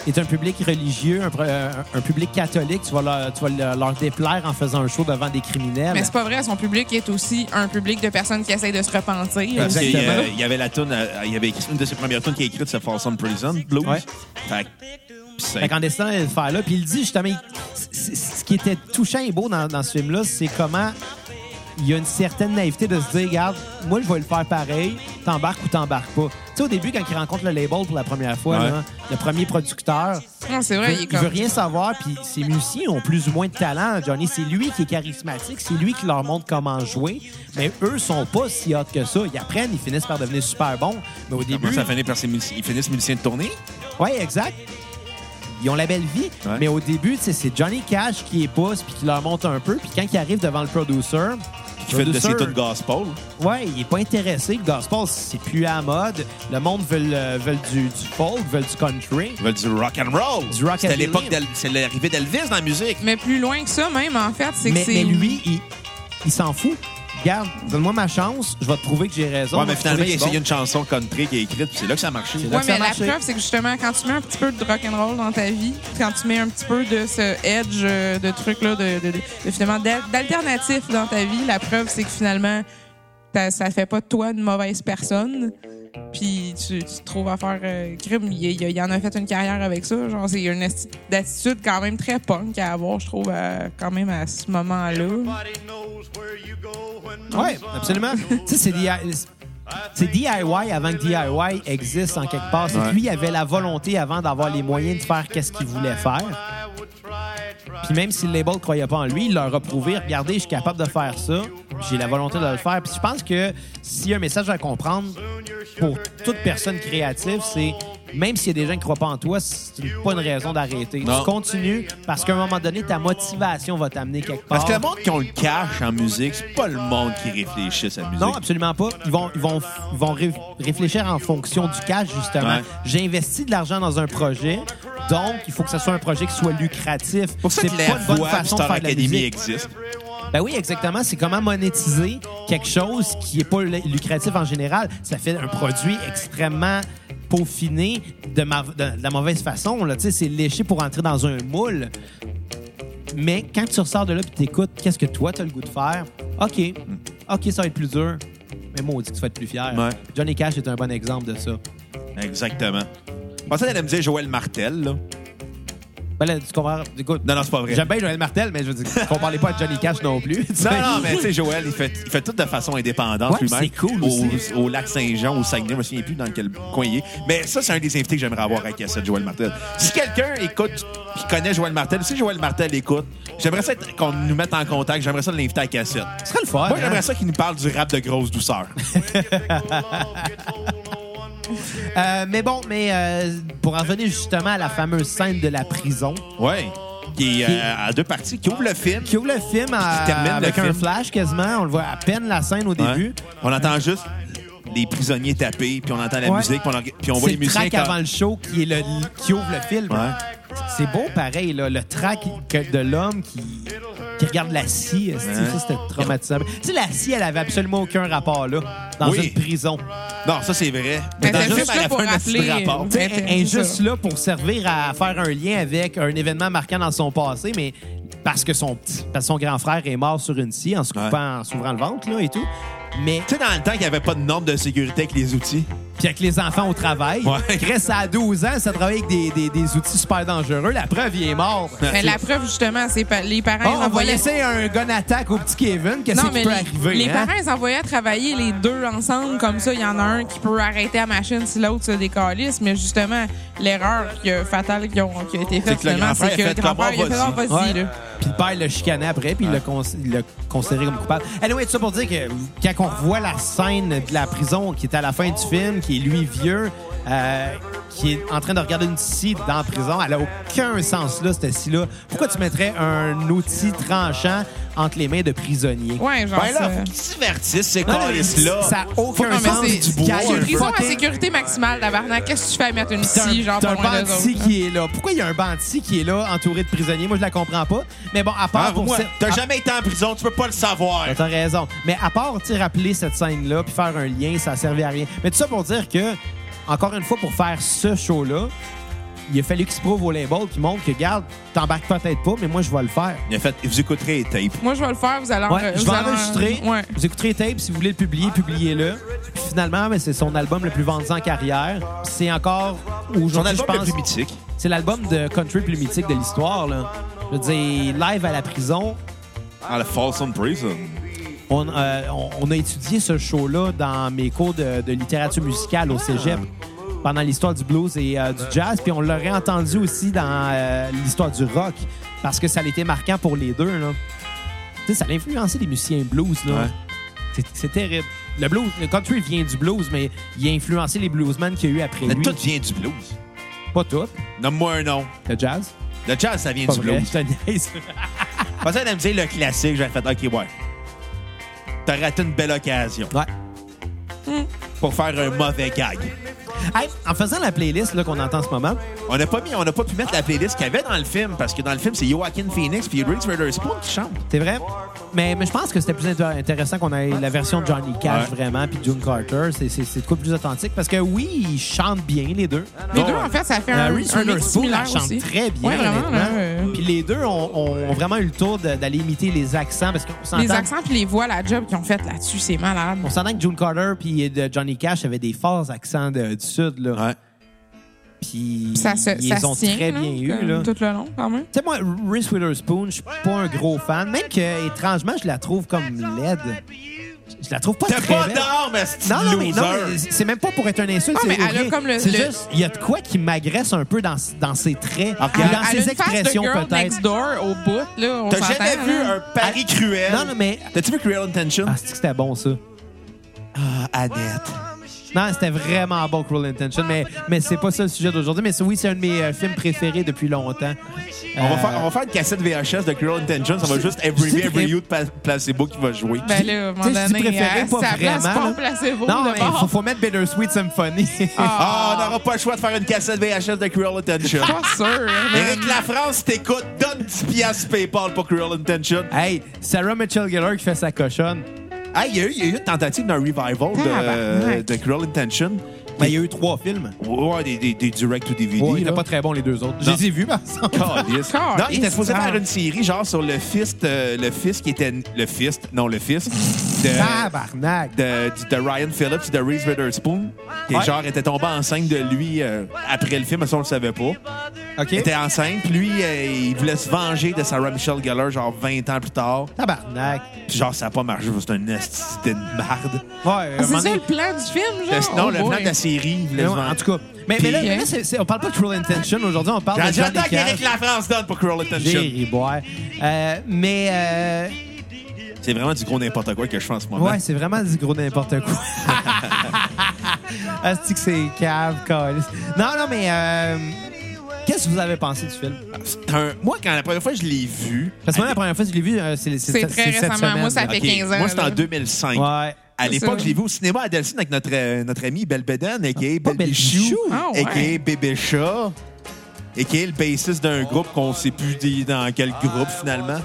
C: est un public religieux, un, pr- euh, un public catholique. Tu vas, leur, tu vas leur- leur déplaire en faisant un show devant des criminels.
E: Mais c'est pas vrai, son public est aussi un public de personnes qui essayent de se repentir.
D: Parce qu'il y
C: Exactement.
D: a- il y avait la tune, euh, il y avait écrit- une de ses premières tunes qui est écrite, c'est Folsom Prison Blues.
C: Ouais.
D: Fait que- pis c'est-
C: Fait qu'en dessinant le faire là, puis il dit justement, il- c- c- ce qui était touchant et beau dans, dans ce film-là, c'est comment il y a une certaine naïveté de se dire, regarde, moi, je vais le faire pareil, t'embarques ou t'embarques pas. Tu sais, au début, quand il rencontre le label pour la première fois,
D: Ouais.
C: là, le premier producteur,
E: Non, c'est vrai,
C: veut-
E: il est
C: il veut
E: comme.
C: rien savoir, puis ses musiciens ont plus ou moins de talent, Johnny. C'est lui qui est charismatique, c'est lui qui leur montre comment jouer, mais eux sont pas si hot que ça. Ils apprennent, ils finissent par devenir super bons, mais au
D: Comment
C: début...
D: ça finit par ses musiciens? Ils finissent musiciens de tournée?
C: Oui, exact. Ils ont la belle vie,
D: Ouais.
C: mais au début, tu sais, c'est Johnny Cash qui les pousse puis qui leur monte un peu. Puis quand il arrive devant le producer,
D: Qui fait de
C: producer,
D: ses tunes gospel?
C: Ouais, il est pas intéressé. Le gospel, c'est plus à la mode. Le monde veut, le- veulent du, du folk, veulent du country.
D: Ils veulent du rock and roll.
C: Du rock
D: C'était
C: and
D: l'époque,
C: roll.
D: d'El- c'est l'arrivée d'Elvis dans la musique.
E: Mais plus loin que ça, même, en fait, c'est que
C: Mais,
E: c'est.
C: mais lui, il, il s'en fout. Regarde, donne-moi ma chance, je vais te prouver que j'ai raison.
D: Ouais, mais
C: Je vais
D: finalement, il a
C: te
D: essayé
C: prouver que
D: une chanson country qui est écrite, puis c'est là que ça a marché.
C: C'est là
E: Ouais,
C: que ça
E: mais
C: a
E: la
C: marché.
E: preuve, c'est que justement, quand tu mets un petit peu de rock'n'roll dans ta vie, quand tu mets un petit peu de ce edge euh, de trucs, là, de, de, de- de finalement d'al- d'alternatif dans ta vie, la preuve, c'est que finalement, t'as- ça fait pas de toi une mauvaise personne. Puis tu, tu te trouves à faire euh, crime. Il, il- il en a fait une carrière avec ça. Genre, c'est une esti- d'attitude quand même très punk à avoir, je trouve, à- quand même à ce moment-là.
C: bon. Ouais, absolument. tu sais, c'est des. C'est DIY avant que DIY existe en quelque part. C'est que lui, il avait la volonté avant d'avoir les moyens de faire qu'est-ce qu'il voulait faire. Puis même si le label ne croyait pas en lui, il leur a prouvé, regardez, je suis capable de faire ça, j'ai la volonté de le faire. Puis je pense que s'il y a un message à comprendre pour toute personne créative, c'est même s'il y a des gens qui ne croient pas en toi, c'est une- pas une raison d'arrêter.
D: Non.
C: Tu continues parce qu'à un moment donné, ta motivation va t'amener quelque part.
D: Parce que le monde qui ont le cash en musique, c'est pas le monde qui réfléchit à sa musique.
C: Non, absolument pas. Ils vont, ils vont, ils vont ré- réfléchir en fonction du cash, justement.
D: Ouais.
C: J'ai investi de l'argent dans un projet, donc il faut que ce soit un projet qui soit lucratif.
D: pour ça
C: C'est
D: que
C: pas
D: la
C: une bonne
D: voix
C: façon de
D: Star
C: faire de la
D: Academy
C: musique.
D: existe.
C: Ben oui, exactement. C'est comment monétiser quelque chose qui est pas lu- lucratif en général. Ça fait un produit extrêmement peaufiné de, ma- de- de la mauvaise façon. là. Tu sais, C'est léché pour entrer dans un moule. Mais quand tu ressors de là et t'écoutes, qu'est-ce que toi, t'as le goût de faire? OK. OK, ça va être plus dur. Mais maudit que tu vas être plus fier.
D: Hmm. Ouais.
C: Johnny Cash est un bon exemple de ça.
D: Exactement. Je pensais d'aller me dire Joël Martel, là.
C: Ben là, tu comprends? Écoute,
D: Non, non, c'est pas vrai.
C: j'aime bien Joël Martel, mais je veux dire, qu'on parlait pas de Johnny Cash non plus. tu sais.
D: Non, non, mais tu sais, Joël, il fait, il fait tout de façon indépendante
C: Ben, Ouais,
D: lui-même.
C: c'est cool
D: au,
C: aussi.
D: au lac Saint-Jean, au Saguenay, je me souviens plus dans quel coin il est. Mais ça, c'est un des invités que j'aimerais avoir à cassette, Joël Martel. Si quelqu'un écoute qui connaît Joël Martel, si Joël Martel écoute, j'aimerais ça être- qu'on nous mette en contact, j'aimerais ça l'inviter à cassette.
C: Ce serait le fun.
D: Moi,
C: hein?
D: j'aimerais ça qu'il nous parle du rap de grosse douceur.
C: Euh, mais bon, mais euh, pour en revenir justement à la fameuse scène de la prison,
D: ouais. Qui est euh, à deux parties, qui ouvre le film.
C: qui ouvre le film à-
D: Qui termine le
C: avec un
D: film.
C: flash quasiment. On le voit à peine la scène au
D: Ouais.
C: début.
D: On entend juste les prisonniers taper, puis on entend la
C: Ouais.
D: musique, puis on, en- puis on voit
C: C'est
D: les
C: le
D: musiciens.
C: track
D: quand-
C: avant le show qui, est le, qui ouvre le film.
D: Ouais.
C: C'est beau pareil, là, le track que- de l'homme qui, qui regarde la scie. esti, Ça, c'était traumatisant. Tu sais, la scie, elle avait absolument aucun rapport là, dans
D: Oui.
C: une prison.
D: Non, ça, c'est vrai.
E: Mais
D: dans
E: t'es
D: le film,
E: juste
D: à
E: là
D: la
E: pour
D: fin, un petit
E: rappeler-
D: rapport.
C: Tu sais,
E: Ouais,
C: elle est
E: c'est
C: juste
E: ça.
C: là pour servir à faire un lien avec un événement marquant dans son passé, mais parce que son petit, parce que son grand frère est mort sur une scie en se coupant,
D: Ouais.
C: en s'ouvrant le ventre là, et tout. Mais
D: Tu sais, dans le temps qu'il n'y avait pas de normes de sécurité avec les outils.
C: puis avec les enfants au travail,
D: Ouais.
C: Chris à 12 ans, ça travaille avec des, des- des outils super dangereux. La preuve, il est mort.
E: Mais la preuve, justement, c'est pa- les parents
C: Oh, on va
E: envoyaient-
C: laisser un gun attack au petit Kevin. Qu'est-ce
E: Non,
C: qui
E: mais
C: peut
E: les,
C: arriver?
E: les
C: hein?
E: parents, ils envoyaient à travailler les deux ensemble. Comme ça, il y en a un qui peut arrêter la machine si l'autre se décalisse. Mais justement, l'erreur qui a- fatale qui, ont- qui a été
D: C'est
E: faite,
D: que le
E: finalement,
D: grand-frère
E: c'est
D: a
E: que le
D: fait
E: grand-père, il a fait
D: comment,
E: non,
D: vas-y.
E: vas-y.
C: oh, Ouais.
E: là.
C: Puis le père l'a chicané après, puis il l'a cons- il l'a considéré comme coupable. Anyway, tout ça pour dire que quand on revoit la scène de la prison qui est à la fin du film, qui est lui vieux, euh, qui est en train de regarder une scie dans la prison, elle a aucun sens là, cette scie-là. Pourquoi tu mettrais un outil tranchant entre les mains de prisonniers?
E: Ouais, genre.
D: Ben là,
E: ça-
D: faut qu'ils se divertissent, ces
C: Non, non,
D: calices-là. Ah,
C: ça a aucun
E: Non, mais
C: sens.
E: c'est-
C: Tu
E: c'est
C: caches
E: une
C: un
E: prison à
C: fucking-
E: sécurité maximale, tabarnak. Qu'est-ce que tu fais à mettre une
C: T'as un-
E: scie, genre,
C: t'as
E: pas
C: un
E: loin d'eux
C: bandit
E: autres?
C: qui est là. Pourquoi il y a un bandit qui est là, entouré de prisonniers? Moi, je la comprends pas. Mais bon, à part
D: Ah,
C: pour
D: moi,
C: cette-
D: T'as
C: à-
D: jamais été en prison, tu peux pas le savoir.
C: Ben, T'as raison. Mais à part tu sais, rappeler cette scène-là puis faire un lien, ça servait à rien. Mais tout ça pour dire que, encore une fois, pour faire ce show-là, il a fallu qu'il se prouve au label, qu'il montre que, garde, t'embarques peut-être pas, mais moi, je vais le faire.
D: Il a fait, vous écouterez les tapes.
E: Moi, je vais le faire. Vous allez en-
C: Ouais, je
E: vous
C: vais
E: allez en-
C: enregistrer.
E: Ouais.
C: Vous écouterez les tapes. Si vous voulez le publier, publiez-le. Puis Finalement, mais c'est son album le plus vendu en carrière. Puis C'est encore
D: Son
C: aujourd'hui, je
D: album le
C: pense.
D: plus mythique.
C: C'est l'album de country plus mythique de l'histoire. là. Je veux dire, live à la prison,
A: Ah, le Folsom Prison.
C: on, euh, on- on a étudié ce show-là dans mes cours de, de littérature musicale au cégep pendant l'histoire du blues et euh, du jazz. Puis on l'aurait entendu aussi dans euh, l'histoire du rock parce que ça a été marquant pour les deux. Là. Tu sais, ça a influencé les musiciens blues. là.
D: Ouais.
C: C'est- C'est terrible. Le blues, le country vient du blues, mais il a influencé les bluesmen qu'il y a eu après
D: Mais
C: lui.
D: tout vient du blues.
C: Pas tout.
D: Nomme-moi un nom.
C: Le jazz.
D: Le jazz, ça vient
C: Pas
D: du
C: vrai,
D: blues.
C: je te niaise.
D: Je pensais à me dire le classique, j'aurais fait, OK, ouais. T'as raté une belle occasion
C: Ouais.
D: pour faire un mauvais gag.
C: Hey, en faisant la playlist là, qu'on entend en ce moment,
D: On n'a pas, mis- on n'a pas pu mettre la playlist qu'il y avait dans le film, parce que dans le film, c'est Joaquin Phoenix puis Reese Witherspoon qui chantent.
C: C'est vrai. Mais, mais je pense que c'était plus int- intéressant qu'on ait la version de Johnny Cash
D: Ouais.
C: vraiment, puis June Carter. C'est- C'est c'est de quoi plus authentique. Parce que oui, ils chantent bien, les deux.
E: Les
D: Bon,
E: deux, en fait, ça fait
C: Euh,
E: un,
C: Reese
E: un mix
C: Witherspoon, elle
E: similaire
C: chante
E: aussi.
C: très bien,
E: Ouais, vraiment, là,
C: honnêtement.
E: euh,
C: Puis les deux ont, ont- ont vraiment eu le tour de- d'aller imiter les accents. Parce qu'on
E: les
C: s'entend
E: accents puis les voix, la job qu'ils ont faite là-dessus, c'est malade.
C: on s'entend que June Carter puis euh, de Johnny Cash avaient des forts accents de- du Sud. Là.
D: Ouais.
C: Puis
E: Ça se,
C: ils
E: ça
C: les ont
E: se tient,
C: très
E: là,
C: bien eu.
E: comme
C: Là.
E: Tout le long, quand même.
C: Tu sais, moi, Reese Witherspoon, je suis pas un gros fan. Même que, étrangement, je la trouve comme laide. Je la trouve pas
D: T'as
C: très
D: pas
C: belle.
D: d'armes, esti
C: Non,
D: de
C: non, mais,
D: loser.
C: non, mais c'est même pas pour être un insulte.
E: Ah, mais
C: c'est
E: elle a
C: rien.
E: comme le-
C: C'est
E: le-
C: juste, il y a de quoi qui m'agresse un peu dans, dans ses traits,
D: regarde.
C: ou dans
E: Elle a
C: ses
E: une face de
C: expressions
E: girl
C: peut-être.
E: next door au bout, là. on
D: T'as
E: s'entend,
D: jamais vu
E: là.
D: un pari cruel?
C: hein. Non, non, mais.
D: T'as-tu vu Cruel Intention?
C: Ah, c'est que c'était bon, ça.
D: Ah, Annette.
C: Non, c'était vraiment bon, Cruel Intention, mais, mais c'est pas ça le sujet d'aujourd'hui. Mais c'est- oui, c'est un de mes euh, films préférés depuis longtemps.
D: On, va
C: euh,
D: faire, on va faire une cassette VHS de Cruel Intention. Ça va juste Every
C: je sais
D: Me, Every
C: que-
D: You de Pla- Placebo qui va jouer.
E: Ben là, à un moment
C: Tu sais, je dis
E: donné,
C: préféré,
E: euh,
C: pas
E: ça place
C: vraiment,
E: pas
C: là.
E: placebo
C: Non,
E: de
C: mais
E: bord.
C: faut, faut mettre Bittersweet Symphony.
D: Ah, on n'aura pas le choix de faire une cassette VHS de Cruel Intention.
C: Ah,
E: Pas sûr. là, mais-
D: Éric La France t'écoute, donne 10 piastres PayPal pour Cruel Intention.
C: hey, Sarah Mitchell Geller qui fait sa cochonne.
D: Ah, il y, a eu- il y a eu une tentative d'un revival de,
C: Ah, bah,
E: Tabarnak.
D: de Cruel Intention.
C: Mais Ben, il y a eu trois films.
D: Ouais, des, des, des directs ou DVD.
C: Ouais, il
D: là.
C: est pas très bon, les deux autres. Je les ai vus, par exemple.
D: Calisse. Non, il était supposé
E: Calisse.
D: faire une série genre sur le fils, euh, le fils qui était le fils, non le fils
C: Ah!
D: de,
C: Tabarnak.
D: de, du- de Ryan Phillips et de Reese Witherspoon, qui
C: Ouais.
D: genre était tombé enceinte de lui euh, après le film, mais ça on le savait pas.
C: OK.
D: Il était enceinte, puis lui euh, il voulait se venger de Sarah Michelle Gellar genre 20 ans plus tard.
C: Tabarnak.
D: Puis genre ça a pas marché, c'est un esti de marde.
C: Ouais, euh, à un moment
E: C'est ça
C: donné-
E: le plan du film, genre?
D: Le- non,
E: Oh
D: le
E: boy.
D: plan de la série, il voulait se
C: Non,
D: venger.
C: en tout cas. Mais, mais là,
E: Puis- hein?
C: là, c'est- c'est- on parle pas de Cruel Intention aujourd'hui, on parle de Johnny
D: J'attends qu'Éric
C: Cash.
D: La France donne pour Cruel Intention.
C: Jerry Boire. Euh, mais euh,
D: C'est vraiment du gros n'importe quoi que je fais en ce moment.
C: ouais, c'est vraiment du gros n'importe quoi. Asti que c'est cave, câlisse. Non, non, mais euh, qu'est-ce que vous avez pensé du film?
D: C'est un- Moi, quand la première fois je l'ai vu,
C: Parce que moi, la première fois que je l'ai vu, euh, c'est c'est-
E: C'est
C: c'est-
E: très
C: c'est cette
E: récemment.
C: semaine,
E: Moi, ça
C: là.
E: fait
D: OK.
E: 15 ans,
D: Moi, c'était en
E: là.
D: 2005.
C: Ouais.
D: À
E: C'est
D: l'époque,
E: ça.
D: je l'ai vu au cinéma à Delphine avec notre, euh, notre ami Belle Beden, a.k.a. Belle Bichou,
C: Bichou.
E: Ah, ouais.
D: a.k.a. Bébé Chat, a.k.a. le bassiste d'un groupe qu'on sait plus dit dans quel groupe, finalement.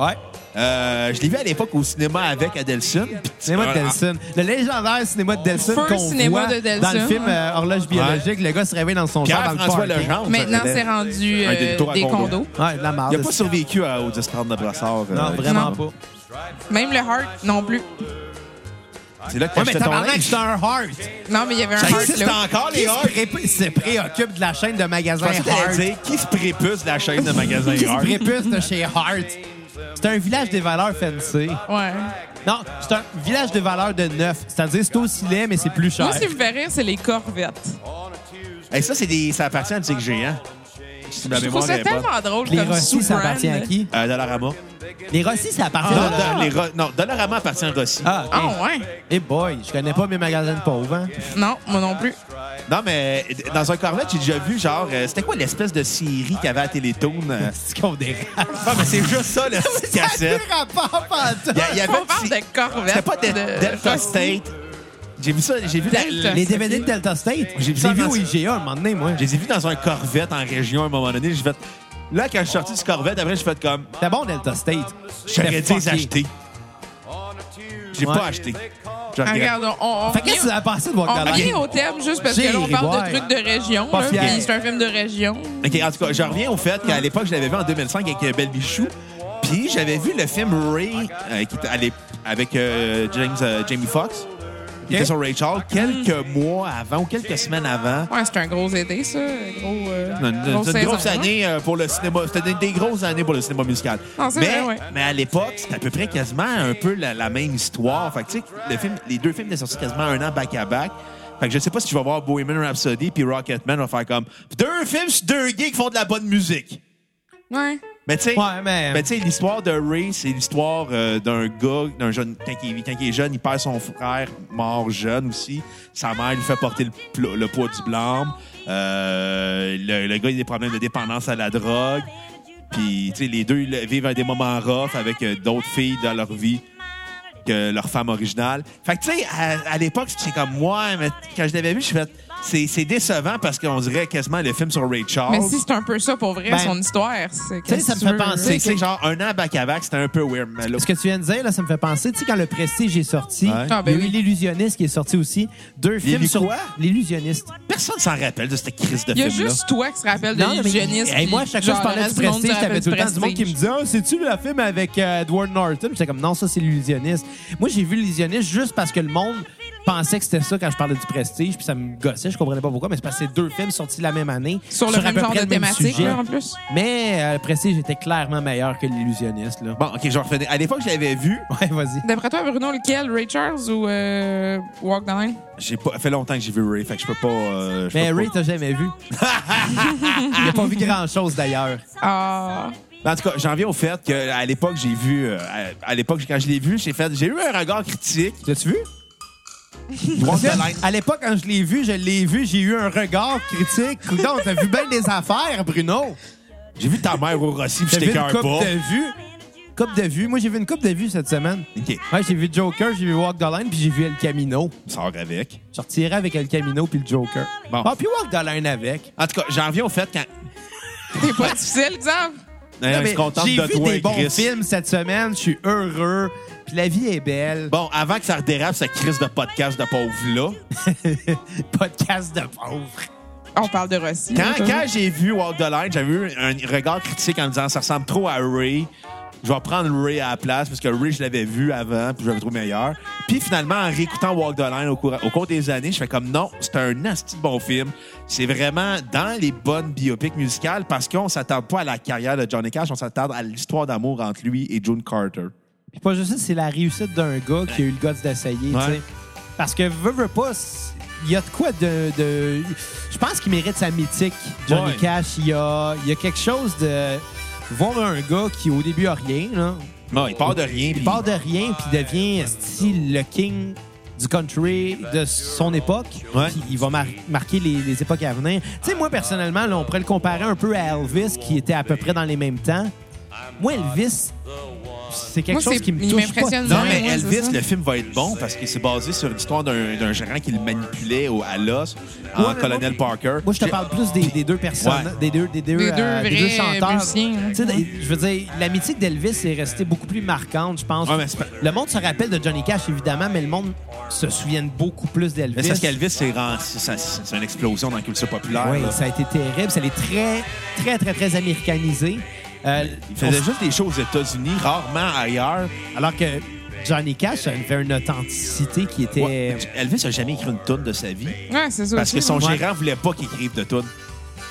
C: Ouais.
D: Euh, je l'ai vu à l'époque au cinéma avec Adelson.
C: Cinéma de Delson. Le légendaire cinéma de Delson
E: First
C: qu'on
E: cinéma
C: voit
E: de Delson.
C: dans le film euh, Horloge biologique. Le gars se réveille dans son char dans le
D: Pierre-François
C: parking.
D: Legendre.
E: Maintenant,
D: ça
E: c'est
D: s'appelait.
E: rendu
D: Un
E: euh,
D: détour à
E: des
D: condo.
E: condos.
C: Ouais, de la marde.
D: Il n'a pas survécu à- au Discord de Brassard. euh,
C: Non, vraiment
E: Non.
C: pas.
E: Même le heart, non plus.
D: C'est là que
C: Ouais, mais
D: j'étais ton
C: tabarnak,
D: linge.
C: c'est un heart.
E: Non, mais il y avait un
D: Ça
E: heart,
D: existe
E: là.
D: encore, les
C: Qui
D: Hearts?
C: se, pré- se préoccupe de la chaîne de magasins
D: Je pensais que t'allais
C: Heart?
D: dire, qui se prépuce de la chaîne de magasins
C: Qui se
D: Hearts?
C: prépuce de chez Heart? C'est un village des valeurs fancy.
E: Ouais.
C: Non, c'est un village des valeurs de neuf. C'est-à-dire, c'est aussi laid, mais c'est plus cher.
E: Moi, ce qui me fait rire, c'est les corvettes.
D: Hey, ça, c'est des, ça appartient à Dick Géant. Si ma
E: Je trouve
D: mémoire
E: ça
D: n'est bonne.
E: tellement drôle
C: Les
E: comme
C: Rossi, ça
E: sous-brand.
C: appartient à qui?
D: Euh, Dollarama.
C: Les Rossi, ça appartient
D: Ah, Non,
C: à...
D: dans les Ro- non, Dollarama appartient à Rossi.
C: Ah,
E: Ah,
C: ok.
E: ouais?
C: Eh boy, je connais pas mes magasins de pauvres, hein?
E: Non, moi non plus.
D: Non, mais euh, dans un Corvette, j'ai déjà vu, genre, euh, c'était quoi l'espèce de série qu'il y avait à Télétoon? euh?
C: C'est qu'on dérape.
D: Non, mais c'est juste ça, la petite cassette.
C: Ça a plus rapport, pantoute.
D: Il y a- il y avait
E: On parle de corvettes.
D: C'était pas de-
E: de-
D: Delta
E: Rossi.
D: State. J'ai vu ça, j'ai vu, la-
E: Delta.
D: les-
C: Les DVD de Delta State, j'ai
D: J'ai vu ça
C: vu
D: dans-
C: au IGA un moment donné, moi.
D: je les ai vus dans un Corvette en région à un moment donné. J'ai fait. Là, quand je suis sorti du Corvette, après, j'ai fait comme.
C: C'était bon, Delta State.
D: J'aurais
C: C'était
D: dû les
C: fucké.
D: acheter. J'ai
C: Ouais.
D: pas acheté. Je regrette.
E: Ah, Regarde, on- on.
C: Fait qu'est-ce que tu as pensé de voir
E: on
C: Galère?
E: revient au thème juste parce que là, on
C: J'ai
E: parle
C: ouais.
E: de trucs de région.
C: Pas
E: là,
C: fier.
E: puis C'est un film de région.
D: Ok, en tout cas, je reviens au fait qu'à l'époque, je l'avais vu en 2005 avec euh, Belle Bichou. Puis j'avais vu le film Ray euh, qui était à l'ép- avec euh, James, euh, Jamie Foxx. qui
C: Ok.
D: était sur Ray Charles quelques mois avant ou quelques semaines avant.
E: Ouais, c'est un gros été, ça. un Gros, euh,
D: C'est une,
E: grosse
D: c'est une
E: saison,
D: grosse
E: hein.
D: année euh, pour le cinéma. C'était des grosses années pour le cinéma musical.
E: Non, c'est
D: mais,
E: vrai, ouais.
D: mais à l'époque, c'était à peu près quasiment un peu la, la même histoire. Fait que, tu sais, le film, les deux films étaient sortis quasiment un an back-à-back. Fait que je sais pas si tu vas voir Bohemian Rhapsody puis Rocketman va faire comme deux films sur deux gays qui font de la bonne musique.
E: hein? Ouais.
D: Mais tu sais,
C: Ouais, mais- euh,
D: mais tu sais, l'histoire de Ray, c'est l'histoire euh, d'un gars, d'un jeune, quand il, quand il est jeune, il perd son frère mort jeune aussi. Sa mère lui fait porter le, plo- le poids du blâme. Euh, le, le gars, il a des problèmes de dépendance à la drogue. Puis, tu sais, les deux le- vivent des moments rough avec euh, d'autres filles dans leur vie que leur femme originale. Fait que, tu sais, à, à l'époque, c'est comme moi, mais quand je l'avais vu, je fait, c'est c'est décevant parce qu'on dirait quasiment le film sur Ray Charles.
E: Mais si c'est un peu ça pour vrai,
C: Ben,
E: son histoire, c'est.
C: sais, ça me fait
D: C'est-
C: penser-
D: C'est genre un an back à back, c'était un peu weird. Mais là,
C: Ce que tu viens de dire, là, ça me fait penser, tu sais, quand le Prestige est sorti,
D: Ouais.
E: Ah, ben
C: il y a eu
E: oui.
C: L'Illusionniste qui est sorti aussi. Deux films
D: lu
C: sur
D: quoi?
C: L'Illusionniste.
D: personne s'en rappelle de cette crise de
E: Il y a
D: film-là.
E: juste toi qui se rappelle de
C: mais-
E: l'hygiéniste.
C: Hey, moi, à chaque fois que je parlais du Prestige, t'avais tout le temps du monde qui me disait Ah, c'est-tu le film avec euh, Edward Norton J'étais comme Non, ça, c'est l'illusionniste. Moi, j'ai vu l'illusionniste juste parce que le monde pensait que c'était ça quand je parlais du Prestige, puis ça me gossait, je comprenais pas pourquoi, mais c'est parce que c'est deux films sortis la même année.
E: Sur le
C: à
E: même
C: peu
E: genre
C: près
E: de
C: le même
E: thématique,
C: sujet.
E: là, en plus.
C: Mais euh, le Prestige était clairement meilleur que l'illusionniste, là.
D: Bon, OK, je revenais. À l'époque, je l'avais vu.
C: Ouais, vas-y.
E: D'après toi, Bruno, lequel Ray Charles ou euh, Walk the Line
D: J'ai pas... ça fait longtemps que j'ai vu Ray, fait que je peux pas... euh, je
C: Mais
D: peux
C: Ben Ray,
D: pas-
C: t'as jamais vu. Il a pas vu grand-chose, d'ailleurs.
E: Ah.
D: Mais En tout cas, j'en viens au fait qu'à l'époque, j'ai vu... euh, à- à l'époque, quand je l'ai vu, j'ai fait... J'ai eu un regard critique.
C: L'as-tu vu?
D: Walk the
C: Parce que,
D: Line.
C: À l'époque, quand je l'ai vu, je l'ai vu, j'ai eu un regard critique. Coudon, t'as vu bien des affaires, Bruno.
D: J'ai vu ta mère au Rossi, puis
C: J'ai
D: j'étais
C: vu
D: cœur
C: une coupe
D: pas.
C: de vue. Coupe de vue. Moi, j'ai vu une coupe de vue cette semaine.
D: OK,
C: Ouais, j'ai vu Joker, j'ai vu Walk the Line, puis j'ai vu El Camino.
D: sors avec.
C: Je retirais avec El Camino puis le Joker.
D: Bon.
C: Ah, puis Walk the Line avec.
D: En tout cas, j'en reviens au fait quand...
E: T'es pas difficile, Xav?
D: Non,
C: Non,
D: je
C: mais
D: suis contente
C: j'ai
D: de
C: vu
D: toi,
C: des bons
D: Chris.
C: films cette semaine. Je suis heureux. Puis la vie est belle.
D: Bon, avant que ça redérape, cette crise de podcast de pauvre-là,
C: Podcast de pauvres.
E: On parle de Rossi.
D: Quand,
E: là,
D: quand j'ai vu Walk the Line, j'avais eu un regard critique en me disant ça ressemble trop à Ray. Je vais prendre Ray à la place parce que Ray, je l'avais vu avant puis je l'avais trouvé meilleur. Puis finalement, en réécoutant Walk the Line au, cours, au cours des années, je fais comme non, c'est un asti de bon film. C'est vraiment dans les bonnes biopics musicales parce qu'on s'attarde pas à la carrière de Johnny Cash, on s'attarde à l'histoire d'amour entre lui et June Carter.
C: Puis pas juste ça, c'est la réussite d'un gars qui a eu le guts d'essayer,
D: Ouais.
C: tu sais. Parce que veut, veut pas, c- il y a de quoi de. de- Je pense qu'il mérite sa mythique, Johnny
D: Ouais.
C: Cash. Il y a, il y a quelque chose de. Voir un gars qui, au début, a rien, là.
D: Non, il part de rien.
C: Il part de rien, puis devient esti, le king du country de son époque.
D: Ouais.
C: Puis il va mar- marquer les, les époques à venir. Tu sais, moi, personnellement, là, on pourrait le comparer un peu à Elvis, qui était à peu près dans les mêmes temps. Moi, Elvis, c'est quelque
E: Moi,
C: chose
E: c'est-
C: qui me
E: il
C: touche pas.
E: m'impressionne
D: Non,
E: Ouais,
D: mais
E: ouais, c'est
D: Elvis,
E: ça.
D: le film va être bon parce que c'est basé sur l'histoire d'un d'un gérant qui le manipulait au, à Los, en
C: Ouais, mais
D: Colonel
C: moi-
D: Parker.
C: Moi, je te parle plus des, des deux personnes,
D: Ouais.
C: des deux, des deux,
E: Des deux
C: euh, des deux
E: vrais
C: chanteurs.
E: musiciens, hein, là.
C: Tu sais, des- je veux dire, la mythique d'Elvis est restée beaucoup plus marquante, je pense.
D: Ouais, mais c'est pas-
C: Le monde se rappelle de Johnny Cash, évidemment, mais le monde se souvient beaucoup plus
D: Mais c'est parce
C: d'Elvis.
D: qu'Elvis, c'est rend- c'est- c'est- c'est une explosion dans la culture populaire.
C: Oui,
D: là.
C: ça a été terrible. Ça l'est très, très, très, très américanisé. Euh,
D: Il faisait juste des choses aux États-Unis, rarement ailleurs.
C: Alors que Johnny Cash avait une authenticité qui était...
D: Ouais. Elvis a jamais écrit une toune de sa vie
E: ça. Ouais, c'est ça.
D: parce que
E: aussi,
D: son
E: ouais.
D: gérant voulait pas qu'il écrive de toune.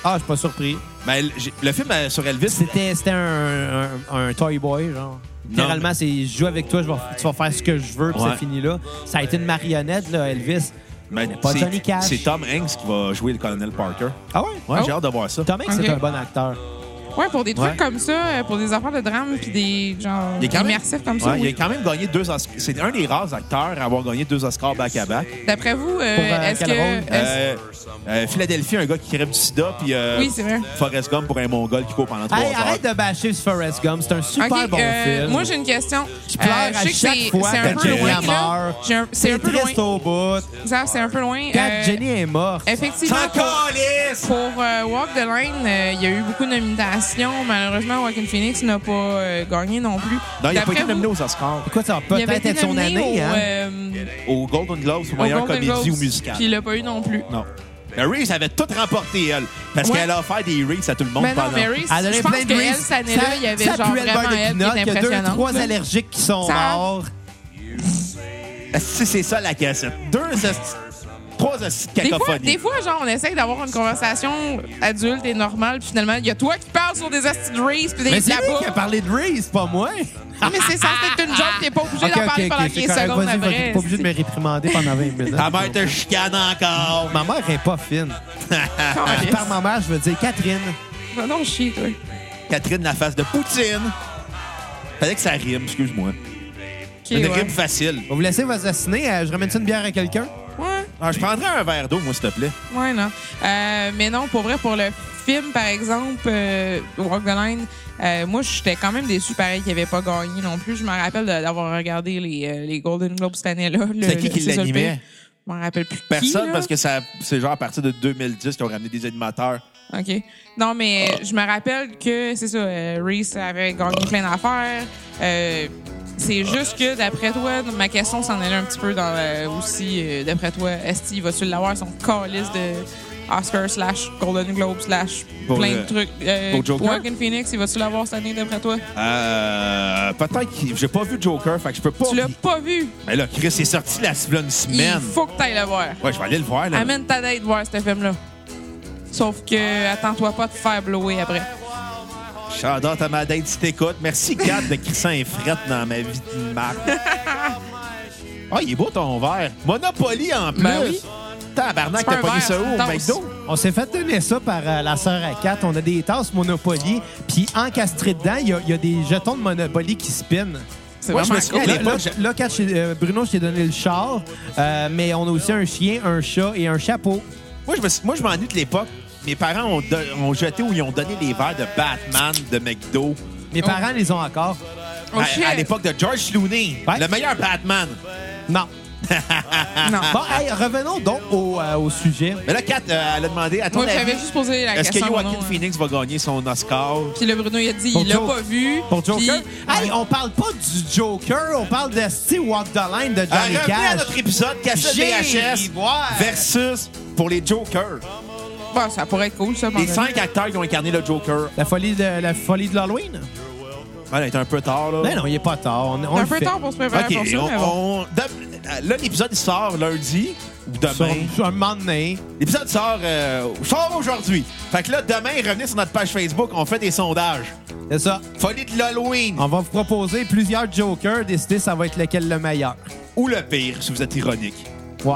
C: Ah, je suis pas surpris.
D: Mais elle- j'ai- le film euh, sur Elvis,
C: C'était c'était un, un, un toy boy, genre. Littéralement, c'est je joue avec toi, je vais- tu vas faire ce que je veux, puis
D: Ouais.
C: c'est fini là. Ça a été une marionnette, là, Elvis.
D: mais
C: pas
D: c'est-
C: Johnny Cash.
D: c'est Tom Hanks qui va jouer le colonel Parker.
C: Ah ouais?
D: Ouais,
E: Oh.
D: j'ai hâte de voir ça.
C: Tom Hanks, c'est
E: Ok.
C: un bon acteur.
E: Ouais, pour des trucs
D: Ouais.
E: comme ça, euh, pour des affaires de drame puis des genre
D: Il est quand même-
E: immersifs comme ça.
D: Ouais, il
E: oui.
D: a quand même gagné deux Oscars. C'est un des rares acteurs à avoir gagné deux Oscars back-à-back.
E: D'après vous, euh,
C: Pour, euh,
E: est-ce
C: quel
E: que
C: rôle?
E: est-ce-
D: Euh, euh, Philadelphie, un gars qui crève du sida, puis euh,
E: Oui, c'est vrai.
D: Forrest Gump pour un Mongol qui court pendant trois
C: Hey,
D: heures.
C: arrête de bâcher sur Forrest Gump, c'est un super
E: Ok,
C: bon
E: euh,
C: film.
E: Moi, j'ai une question. Euh, Je
C: pleures à
E: sais que
C: chaque
E: c'est-
C: fois
E: c'est un
C: quand
E: peu
D: Jenny
E: loin.
C: meurt.
E: là. J'ai un- C'est un
C: c'est
E: peu
C: triste
E: loin.
C: au bout.
E: Ça, C'est un peu loin.
C: Quand
E: Euh,
C: Jenny est morte.
E: Effectivement,
D: T'en
E: pour,
D: calisses!
E: pour, euh, Walk the Line, euh, il y a eu beaucoup de nominations. compétition. Malheureusement, Joaquin Phoenix n'a pas euh, gagné non plus.
D: Non, il n'a pas
E: D'après
D: été
E: vous,
D: nominé aux Oscars.
C: Écoute, ça va
E: il avait
C: peut-être
E: été
C: être son
E: nominé
C: année,
E: au,
C: hein?
E: euh,
D: Au Golden Globes, pour
E: au
D: meilleure
E: Golden
D: comédie ou
E: Globes,
D: musicale.
E: Puis il l'a pas eu non plus.
D: Non. Mais Reeves avait tout remporté, elle. Parce
E: Ouais.
D: qu'elle a offert des Reeves à tout le monde
E: Mais non,
D: pendant.
E: Mary,
C: Elle a
E: je
C: donné
E: pense
C: plein de
E: qu'elle,
C: risques.
E: cette année-là,
C: Ça-
E: il y avait
C: ça
E: genre
C: pue le beurre
E: vraiment
C: de
E: elle qui
C: pinot,
E: était
C: Il y a deux,
E: impressionnante.
C: trois
E: là.
C: allergiques qui sont
E: Ça-
C: morts.
D: Si c'est ça la cassette. Deux esti- Trois hosties de
E: Des fois,
D: cacophonie.
E: des fois, genre, on essaie d'avoir une conversation adulte et normale, puis finalement, il y a toi qui parles sur des astuces de race, puis des
C: Mais c'est lui
E: là-bas.
C: qui a parlé de Reese, pas moi.
E: Non, mais c'est ça, c'est une joke, t'es pas obligé
C: Ok,
E: d'en
C: ok,
E: parler
C: ok,
E: pendant
C: c'est
E: 15
C: correct.
E: secondes
C: Vas-y, vas-y,
E: après.
C: pas obligé de me réprimander pendant 20 minutes.
D: Ta mère te chicane encore.
C: Ma mère est pas fine.
E: Calisse.
C: Par ma mère, je veux dire Catherine.
E: Va donc chier, toi.
D: Catherine, la face de Poutine. Fallait que ça rime, excuse-moi.
E: Ok,
D: Une
E: ouais.
D: rime facile.
C: On va vous laisser vous assassiner. euh, Je ramène une bière à quelqu'un?
E: Ouais.
D: Ah, je prendrais un verre d'eau, moi, s'il te plaît.
E: Ouais, non. Euh, mais non, pour vrai, pour le film, par exemple, euh, Walk the Line, euh, moi, j'étais quand même déçu, pareil, qu'il n'avait pas gagné non plus. Je me rappelle de- d'avoir regardé les, euh, les Golden Globes cette année-là. Le-
D: C'est qui
E: le-
D: qui
E: ça, le
D: l'animait?
E: pire. Je m'en rappelle plus.
D: Personne,
E: qui, là.
D: parce que ça, c'est genre à partir de 2010 qu'ils ont ramené des animateurs.
E: OK. Non, mais euh, je me rappelle que, c'est ça, euh, Reese avait gagné plein d'affaires. Euh, c'est juste que, d'après toi, ma question s'en allait un petit peu dans euh, aussi, euh, d'après toi, est-ce qu'il va-tu l'avoir son calice de Oscar slash Golden Globe slash
D: Pour
E: plein
D: le-
E: de trucs? Euh,
D: pour Joker?
E: Joaquin Phoenix, il va-tu l'avoir cette année, d'après toi?
D: Euh, peut-être que j'ai pas vu Joker, fait que je peux pas.
E: Tu l'as pas vu.
D: Mais là, Chris est sorti la semaine.
E: Il
D: semaine.
E: faut que tu ailles le voir.
D: Ouais, je vais aller le voir, là.
E: Amène ta date voir ce film-là. Sauf que, attends-toi pas de faire blower après.
D: Shout out à ma date si t'écoutes. Merci, Kat, de crisser un fret dans ma vie de marque. Ah, il est beau ton verre. Monopoly en plus.
E: Ben oui.
D: Tabarnak,
E: C'est pas
D: t'as
E: un
D: pogné
E: verre,
D: ça
E: c'est
D: où
E: une
D: au
E: tasse.
D: McDo?
C: On s'est fait donner ça par euh, la sœur à 4. On a des tasses Monopoly. Puis encastré dedans, il y, a- il y a des jetons de Monopoly qui spinnent.
E: C'est
D: Moi, je
E: vraiment
D: me souviens,
E: cool.
D: à
C: Là,
D: l'époque,
C: là, là, quand j'ai- euh, Bruno, je t'ai donné le char, euh, mais on a aussi un chien, un chat et un chapeau.
D: Moi, je me suis- moi, je m'ennuie de l'époque. Mes parents ont, don- ont jeté ou ils ont donné les verres de Batman de McDo
C: Mes parents les ont encore.
E: Oh,
D: à,
E: shit.
D: à l'époque de George Clooney,
C: Ouais.
D: le meilleur Batman.
C: Non.
E: Non.
D: Ah.
C: Bon, hey, revenons donc au, euh, au sujet.
D: Mais là, Kat, euh, elle a demandé à ton
E: Moi, j'avais
D: avis,
E: juste posé la
D: est-ce que
E: question. à mon
D: Joaquin
E: nom, hein.
D: Phoenix va gagner son Oscar?
E: Puis le Bruno, il a dit,
C: Pour
E: il l'a
C: Joker.
E: pas vu.
C: Pour Joker,
E: Puis-
C: hey, on parle pas du Joker, on parle de Steve Walk the Line de
D: Ah,
C: Johnny
D: revenez à
C: Cash.
D: notre épisode Cassette
C: J'ai
D: VHS
C: voir.
D: versus pour les Jokers.
E: Bon, ça pourrait être cool, ça.
D: Les
E: pendant-
D: cinq acteurs qui ont incarné le Joker.
C: La folie de la folie de l'Halloween.
D: Ah, là, il est un peu tard, là.
C: Ben non, il est pas tard. On, on
E: C'est un
C: le
E: peu
C: fait.
E: tard pour se préparer
D: OK,
E: pour ça, mais
D: on-
E: bon.
D: on- de- là, l'épisode, il sort lundi ou demain.
C: Sur, sur un moment donné.
D: L'épisode sort, euh, sort aujourd'hui. Fait que là, demain, revenez sur notre page Facebook, on fait des sondages.
C: C'est ça.
D: Folie de l'Halloween
C: On va vous proposer plusieurs Jokers, décider ça va être lequel le meilleur.
D: ou le pire, si vous êtes ironique.
C: Ouais.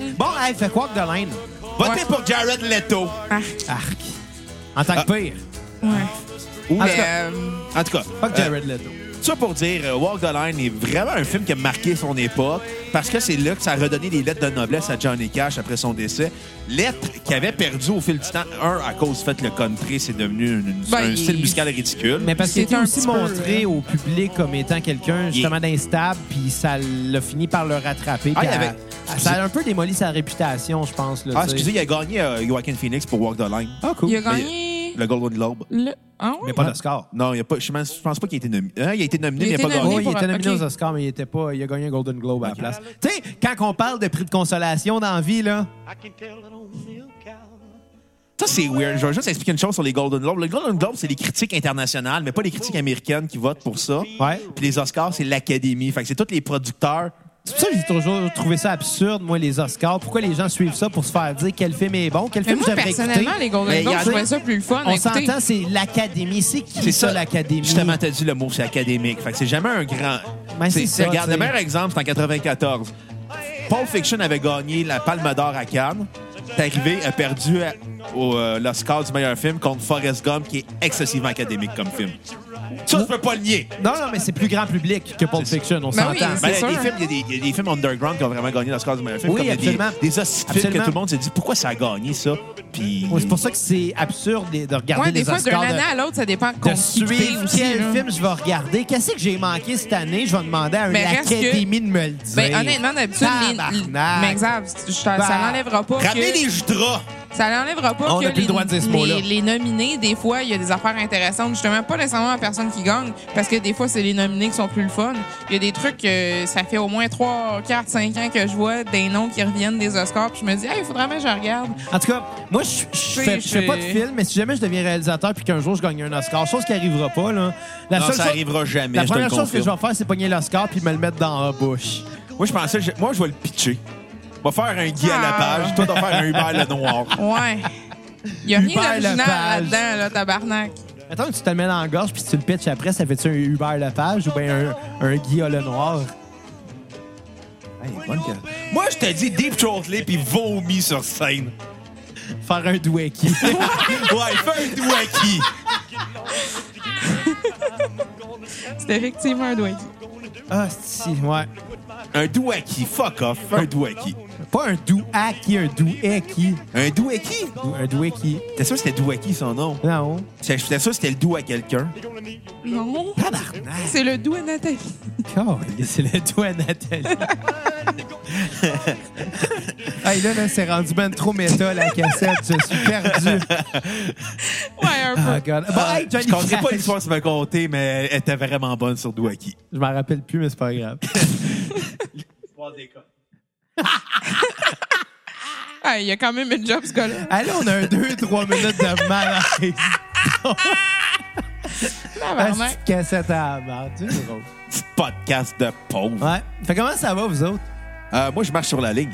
E: Mm.
C: Bon, hey, fait quoi que de Line?
D: Votez
E: Ouais.
D: pour Jared Leto.
C: Arc. En tant que
D: Ah.
C: pire.
E: Ouais.
D: Ou
E: Mais,
D: le-
E: euh,
D: En tout cas,
C: Pas que
D: euh,
C: Jared Leto.
D: ça pour dire, euh, Walk the Line est vraiment un film qui a marqué son époque parce que c'est là que ça a redonné les lettres de noblesse à Johnny Cash après son décès. Lettres qu'il avait perdu au fil du temps. Un, à cause du fait que le country, c'est devenu une- une-
E: Ben,
D: un
E: il-
D: style musical ridicule.
C: Mais parce qu'il
E: C'était
C: était
E: un
C: aussi
E: petit peu,
C: montré
E: hein.
C: au public comme étant quelqu'un justement d'instable, puis ça l'a fini par le rattraper.
D: Ah, il
C: puis elle-
D: avait-
C: elle- Ça a un peu démoli sa réputation, je pense. Là,
D: Ah,
C: tu sais.
D: excusez, il a gagné euh, Joaquin Phoenix pour Walk the Line.
C: Ah, cool.
E: il a gagné
D: Le Golden Globe.
E: le... Ah ouais?
C: Mais pas le score.
D: Non, il a pas, je pense je pense pas qu'il a été nominé. Hein, il a été nominé,
E: Il
D: mais
E: a
D: il n'a
E: été
D: pas
E: nominé.
D: gagné.
C: Oui, Oh, il
E: pour
C: était
E: un-
C: nominé
E: ok.
C: aux Oscars, mais il était pas. Il a gagné un Golden Globe à la place. Tu sais, quand on parle de prix de consolation dans la vie, là,
D: Ça, c'est weird. Je vais juste expliquer une chose sur les Golden Globes. Le Golden Globe, c'est les critiques internationales, mais pas les critiques américaines qui votent pour ça.
C: Ouais.
D: Puis les Oscars, c'est l'Académie. Fait que c'est tous les producteurs.
C: c'est pour ça que j'ai toujours trouvé ça absurde, moi, les Oscars. Pourquoi les gens suivent ça pour se faire dire quel film est bon, quel
E: Mais
C: film
E: moi,
C: j'aimerais écouter?
E: personnellement, les
D: Mais
E: Golden Globes,
D: y en a-
E: je trouvais ça plus le fun.
C: On
E: Écoutez,
C: s'entend, c'est l'académie. C'est qui
D: C'est
C: ça,
D: ça,
C: l'académie?
D: Justement, t'as dit le mot, c'est académique. Fait que c'est jamais un grand.
C: Ben,
D: C'est-
C: c'est ça,
D: regarde,
C: t'sais.
D: le meilleur exemple, c'est en 94. Pulp Fiction avait gagné la Palme d'Or à Cannes. T'es arrivé, a perdu à- au, euh, l'Oscar du meilleur film contre Forrest Gump, qui est excessivement académique comme film. Ça, tu peux pas le nier.
C: Non, non, mais c'est plus grand public que Pulp Fiction, on
E: Ben oui,
C: s'entend.
E: c'est
D: Ben, il, y a
E: sûr.
D: des films, il, y a des, il y a des films underground qui ont vraiment gagné l'Oscar du meilleur film.
C: Oui,
D: comme il y a des-
C: absolument.
D: Des, hosties de films que
C: Absolument.
D: tout le monde s'est dit pourquoi ça a gagné ça. Puis.
C: Ouais, c'est pour ça que c'est absurde de de regarder
E: ouais,
C: les
E: des fois, d'une
C: Oscars.
E: année
C: de-
E: à l'autre, ça dépend
C: de,
E: contre qui t'es
C: suivre
E: aussi.
C: quel
E: là.
C: film je vais regarder. Qu'est-ce que j'ai manqué cette année? Je vais demander à une
E: Mais reste que-
C: académie de me le dire.
E: Ben, honnêtement, d'habitude, les-
C: Tabarnak.
E: mais exact, je- ça
C: Bah.
E: n'enlèvera pas
D: Ramenez
E: que...
D: des Judras!
E: Ça n'enlèvera pas
C: On
E: que
C: n'a plus le
E: les,
C: droit de dire ce mot-là.
E: les- les nominés, des fois, il y a des affaires intéressantes. Justement, pas nécessairement la personne qui gagne, parce que des fois, c'est les nominés qui sont plus le fun. Il y a des trucs que ça fait au moins 3, 4, 5 ans que je vois des noms qui reviennent des Oscars, puis je me dis, il faudrait bien que je regarde.
C: En tout cas, moi, je, je,
E: Oui,
C: fais, je fais
E: je-
C: pas de film, mais si jamais je deviens réalisateur puis qu'un jour je gagne un Oscar, chose qui arrivera pas, là. La
D: Non,
C: seule
D: ça
C: chose-
D: arrivera jamais.
C: La
D: je te
C: première
D: le
C: chose que je
D: confirme.
C: vais faire, c'est pogner l'Oscar puis me le mettre dans la bouche.
D: Moi, je pensais, je- moi, je vais le pitcher. On va faire un Guy à la
E: Ah.
D: page. Toi, tu vas faire un Hubert le Noir.
E: Ouais. Il y a rien
C: Hubert
E: d'original
C: Lepage.
E: là-dedans, là, tabarnak.
C: Attends que tu te le mets dans la gorge puis tu le pitches après, ça fait-tu un Hubert Lepage ou bien un, un Guy le Noir?
D: Moi, je te dis Deep Throatley puis vomi sur scène.
C: Faire un Dwecky.
D: Ouais, fais un wacky.
E: C'était effectivement un doigt.
C: ah, si, ouais.
D: Un douaki, fuck off, fais un douaki.
C: Pas un Douaki, un Doueki.
D: Un douaki?
C: Un Dwecky.
D: T'es sûr que c'était douaki son nom?
C: Non.
D: J'étais j'étais sûr que c'était le doux à quelqu'un.
E: Non.
C: Tabarnak.
E: C'est le doux à Nathalie.
C: Calais, C'est le doigt à Nathalie. hey, là, là c'est rendu ben trop méta, la cassette. Je suis perdu.
E: Ouais, un peu.
C: Oh, God. Bon, hey, Johnny
D: Ah, je compterai pas
C: Cash.
D: l'histoire que tu m'as contée, mais elle était vraiment bonne sur douaki.
C: Je m'en rappelle plus, mais c'est pas grave.
E: Ah, il y a quand même une job, ce gars-là.
C: Allez, on a un 2-3 minutes de malaise. Ah, c'est
E: Tabarnak.
C: une cassette à la barre. Tu sais, c'est drôle.
D: Petit podcast de pauvre.
C: Ouais. Fait comment ça va, vous autres?
D: Euh, moi, je marche sur la ligne.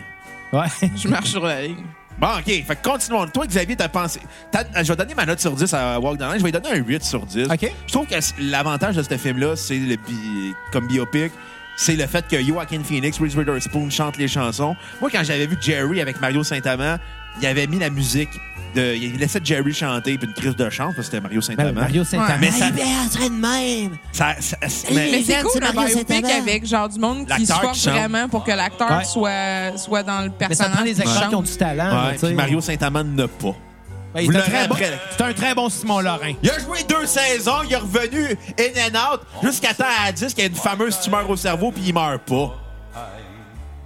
C: Ouais.
E: Je marche sur la ligne.
D: Bon, OK. Fait que continuons. Toi, Xavier, t'as pensé. t'as- euh, Je vais donner ma note sur 10 à Walk the Line. Je vais lui donner un 8 sur 10.
C: OK.
D: Je trouve que c- l'avantage de ce film-là, c'est le bi- comme biopic, c'est le fait que Joaquin Phoenix, Reese Witherspoon chantent les chansons. Moi, quand j'avais vu Jerry avec Mario Saint-Amand, il avait mis la musique de. Il laissait Jerry chanter puis une crise de chante parce que c'était Mario
C: Ben,
D: Saint-Amand.
C: Mario Saint-Amand. Ah,
D: Mais ça-
F: de même.
D: Ça- ça- mais-
E: Mais c'est
F: Viens,
E: cool
F: c'est
E: un
F: Mario
E: biopic
F: Saint-Amand.
E: avec genre du monde qui se
D: L'acteur
E: force
D: qui chante.
E: vraiment pour que l'acteur
C: Ouais.
E: soit, soit dans le
C: Mais ça
E: personnage.
C: prend les acteurs qui ont du talent. là,
D: Ouais,
C: Ah, ben, tu sais.
D: puis Mario Saint-Amand n'a pas.
C: Ben, il
D: Vous
C: est un
D: l'aurez
C: très bon-
D: après, là.
C: C'est un très bon Simon Lorrain.
D: Il a joué deux saisons, il est revenu in and out jusqu'à temps à 10 qu'il y a une fameuse tumeur au cerveau puis il meurt pas.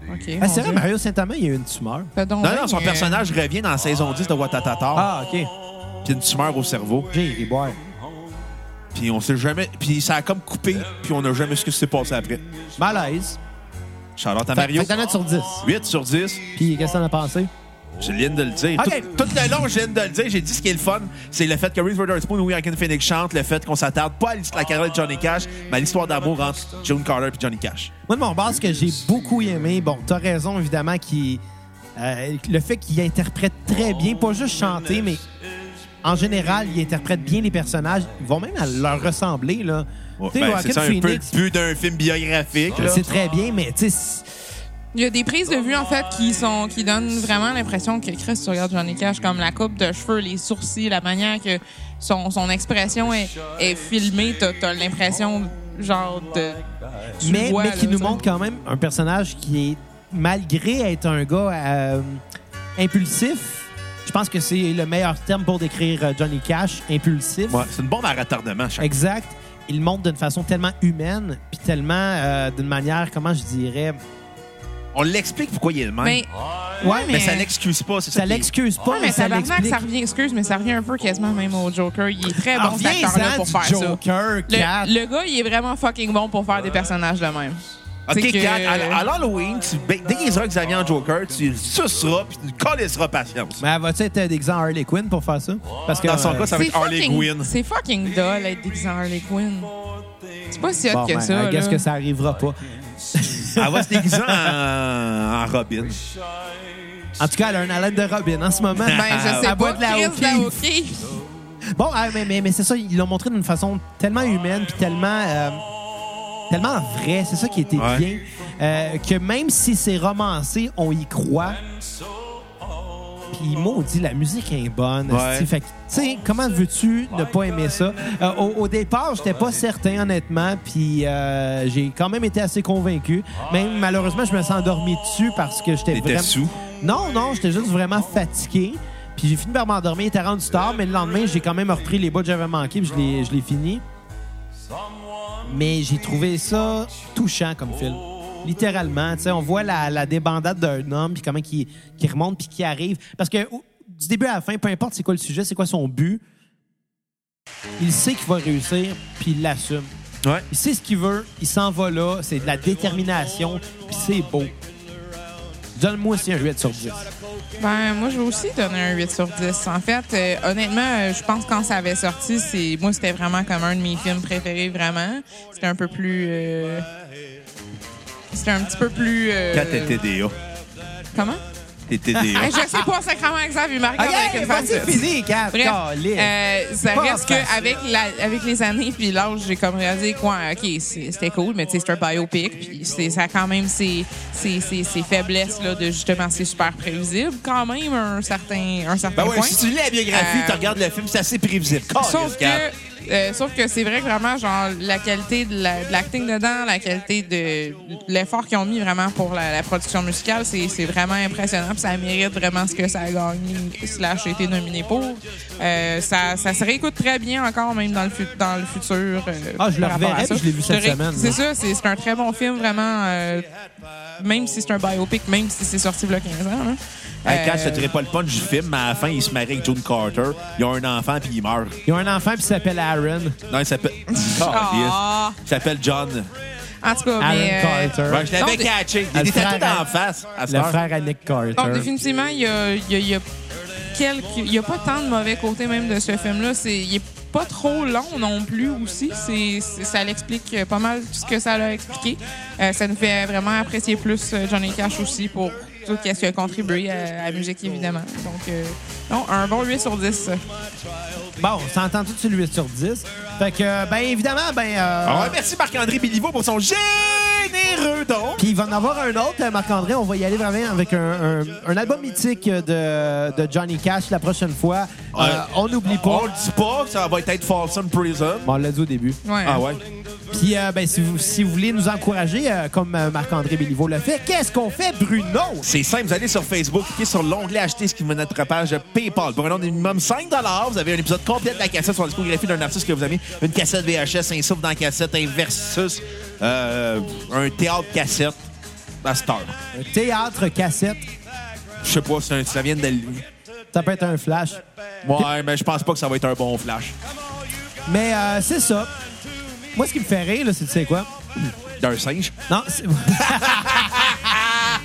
E: Ok,
C: Ah,
E: mon
C: c'est vrai,
E: Dieu.
C: Mario Saint-Amand, il a eu une tumeur.
E: Fais donc
D: Non,
E: bien,
D: non, son
E: euh,
D: personnage revient dans la saison 10 de Watatata,
C: Ah, OK.
D: puis une tumeur au cerveau.
C: J'ai ri boire.
D: Puis on sait jamais. Puis ça a comme coupé, puis on n'a jamais su ce qui s'est passé après.
C: Malaise.
D: Charlotte à
C: Fait
D: Mario.
C: fait que t'en as sur 10.
D: 8 sur 10.
C: Puis qu'est-ce que t'en as pensé?
D: Je viens de le dire.
C: OK.
D: Tout, tout le long, je viens de le dire. J'ai dit ce qui est le fun, c'est le fait que Reese Witherspoon ou Joaquin Phoenix chante, le fait qu'on s'attarde pas à l'histoire- la carrière de Johnny Cash, mais à l'histoire d'amour entre June Carter et Johnny Cash.
C: Moi, de mon bord, ce que j'ai beaucoup aimé, bon, t'as raison, évidemment, qui euh, le fait qu'il interprète très bien, pas juste chanter, mais en général, il interprète bien les personnages. Ils vont même à leur ressembler, là.
D: Ouais,
C: Tu sais,
D: ben,
C: Joaquin
D: c'est ça un peu le
C: Phoenix,
D: but d'un film biographique. là.
C: c'est très bien, mais tu sais, c'est-
E: Il y a des prises de vue, en fait, qui sont qui donnent vraiment l'impression que Chris, tu regardes Johnny Cash comme la coupe de cheveux, les sourcils, la manière que son, son expression est, est filmée. T'as t'as l'impression, genre, de. tu le
C: mais,
E: vois,
C: mais
E: là,
C: qui nous
E: tu sais.
C: montre quand même un personnage qui est, malgré être un gars euh, impulsif, je pense que c'est le meilleur terme pour décrire euh, Johnny Cash, impulsif.
D: Ouais, c'est une bombe à retardement. chaque-
C: Exact. Il le montre d'une façon tellement humaine, puis tellement euh, d'une manière, comment je dirais.
D: On l'explique pourquoi il est le même.
E: Mais,
C: Ouais,
D: Mais ça l'excuse pas. c'est
C: ça
D: qui est-
C: l'excuse pas,
E: Ouais,
C: mais
E: mais
C: ça
E: tabarnak,
C: l'explique.
E: ça revient, excuse, mais ça revient un peu quasiment même au Joker. Il est très
C: Ah,
E: bon, cet
C: reviens-en
E: acteur-là, pour
C: du
E: faire ça.
C: Joker, Kat.
E: Le, le gars, il est vraiment fucking bon pour faire des personnages de même.
D: Ok,
E: C'est que-
D: Kat, à, à l'Halloween, tu ben, ba- déguiseras Xavier en Joker, tu le suceras puis tu le colleras patience.
C: Mais elle va-tu être déguisée en Harley Quinn pour faire ça? Parce que,
D: Dans son
C: euh,
D: cas, ça va
E: C'est
D: être Harley
E: fucking,
D: Quinn.
E: c'est fucking dull être déguisé en Harley Quinn. C'est pas si hot
C: bon,
E: que
C: ben,
E: ça.
C: I guess
E: là.
C: que ça arrivera pas.
D: Elle va se déguiser en, en Robin.
C: En tout cas, elle a une haleine de Robin en ce moment.
E: Ben, je sais
C: Elle boit
E: pas.
C: Ah, de la
E: Chris, ben,
C: O'Keeffe.
E: la O'Keeffe.
C: Bon, ah, mais, mais, mais c'est ça, ils l'ont montré d'une façon tellement humaine puis tellement, euh, tellement vraie. C'est ça qui était
D: Ouais.
C: bien. Euh, que même si c'est romancé, on y croit. Puis maudit, la musique est bonne.
D: Ouais.
C: esti. Fait que, tu sais, comment veux-tu ne pas aimer ça? Euh, au, au départ, j'étais pas certain, honnêtement. Puis euh, j'ai quand même été assez convaincu. Même, malheureusement, je me suis endormi dessus parce que j'étais
D: T'étais
C: vraiment...
D: sous.
C: Non, non, j'étais juste vraiment fatigué. Puis j'ai fini par m'endormir. Il était rendu tard, mais le lendemain, j'ai quand même repris les bouts que j'avais manqués, puis je l'ai- je l'ai fini. Mais j'ai trouvé ça touchant comme film. Littéralement, tu sais, on voit la, la débandade d'un homme, puis comment qui, qui remonte, puis qui arrive. Parce que au- du début à la fin, peu importe c'est quoi le sujet, c'est quoi son but, il sait qu'il va réussir, puis il l'assume.
D: Ouais.
C: Il sait ce qu'il veut, il s'en va là, c'est de la détermination, puis c'est beau. Donne-moi aussi un 8 sur 10.
E: Ben, moi, je vais aussi donner un 8 sur 10. En fait, euh, honnêtement, euh, je pense que quand ça avait sorti, c'est moi, c'était vraiment comme un de mes films préférés, vraiment. C'était un peu plus... euh, C'était un petit peu plus... euh,
D: Quand t'es TDA.
E: Comment?
D: T'es TDA.
E: Hey, je sais pas sacrément exact, Ah, il me regarde avec une
C: Ok,
E: face.
C: vas-y, fini, Kat.
E: Bref,
C: Caliste.
E: euh, ça
C: Ah, Pas
E: reste que
C: facile.
E: avec, la, avec les années puis l'âge, j'ai comme réalisé quoi, ok, c'est- c'était cool, mais tu sais, c'est un biopic, puis c'est- ça a quand même ses, ses, ses- ses faiblesses là, de justement, c'est super prévisible quand même un certain, un certain
D: Ben ouais,
E: point.
D: si tu lis la biographie,
E: Euh,
D: tu regardes le film, c'est assez prévisible.
E: Sauf
D: Caliste,
E: que,
D: Kat.
E: euh, sauf que c'est vrai que vraiment, genre, la qualité de la- de l'acting dedans, la qualité de l'effort qu'ils ont mis vraiment pour la, la production musicale, c'est c'est vraiment impressionnant. puis ça mérite vraiment ce que ça a gagné, slash, a été nominé pour. Euh, ça, ça se réécoute très bien encore, même dans le, fu- dans le futur. euh,
C: Ah, je le
E: par rapport
C: reverrai,
E: à ça.
C: puis je l'ai vu cette
E: Le ré-
C: semaine,
E: C'est
C: moi.
E: ça, c'est c'est un très bon film, vraiment, euh, même si c'est un biopic, même si c'est sorti il y a 15 ans. là.
D: Hey, Kat,
E: Euh,
D: je te dirai pas le punch du film, mais à la fin, il se marie avec June Carter. Ils ont un enfant, puis il meurt.
C: Ils ont un enfant qui s'appelle Aaron.
D: Non, il s'appelle. Caliste.
E: Ah.
D: Il s'appelle John.
E: En tout cas,
C: Aaron
E: mais, euh,
C: Carter.
D: Ouais, je l'avais
E: Non, mais-
D: catché. Il
C: Le
D: était
C: frère
D: tout
C: à-
D: en face. à
C: Le
D: cette heure.
C: frère à Nick Carter.
E: Donc, Ah, définitivement, il y a, il y a- il y a quelques- il y a pas tant de mauvais côtés même de ce film-là. C'est- Il est pas trop long non plus aussi. C'est- c'est- ça l'explique euh, pas mal tout ce que ça l'a expliqué. Euh, ça nous fait vraiment apprécier plus euh, Johnny Cash aussi pour tout ce qui a contribué à, à la musique, évidemment. Donc, euh, non, un bon 8 sur 10.
C: Bon, on s'entend tout sur le 8 sur 10. Fait que, ben évidemment, ben. euh,
D: On remercie Ah Marc-André Béliveau pour son généreux don.
C: Puis il va en avoir un autre, euh, Marc-André. On va y aller vraiment avec un, un- un album mythique euh, de, de Johnny Cash la prochaine fois. Euh,
D: Ouais.
C: on n'oublie pas.
D: On le dit pas, ça va être Folsom Prison.
C: Bon, on l'a dit au début.
E: Ouais.
D: Ah ouais?
C: Puis euh, ben, si, vous, si vous voulez nous encourager, euh, comme euh, Marc-André Béliveau le fait, qu'est-ce qu'on fait, Bruno?
D: C'est simple, vous allez sur Facebook, cliquez sur l'onglet Acheter ce qui vous met notre page PayPal. Pour un nom de minimum 5 vous avez un épisode complet de la cassette sur la discographie d'un artiste que vous aimez, une cassette VHS, un souffle dans la cassette, un versus, euh, un théâtre cassette. À cette heure.
C: Un Théâtre, cassette,
D: Je sais pas si c'est un- ça vient de.
C: ça peut être un flash.
D: Ouais, mais je pense pas que ça va être un bon flash.
C: Mais euh, c'est ça. Moi, ce qui me fait rire, là, c'est tu sais quoi?
D: D'un singe.
C: Non, c'est... ouais.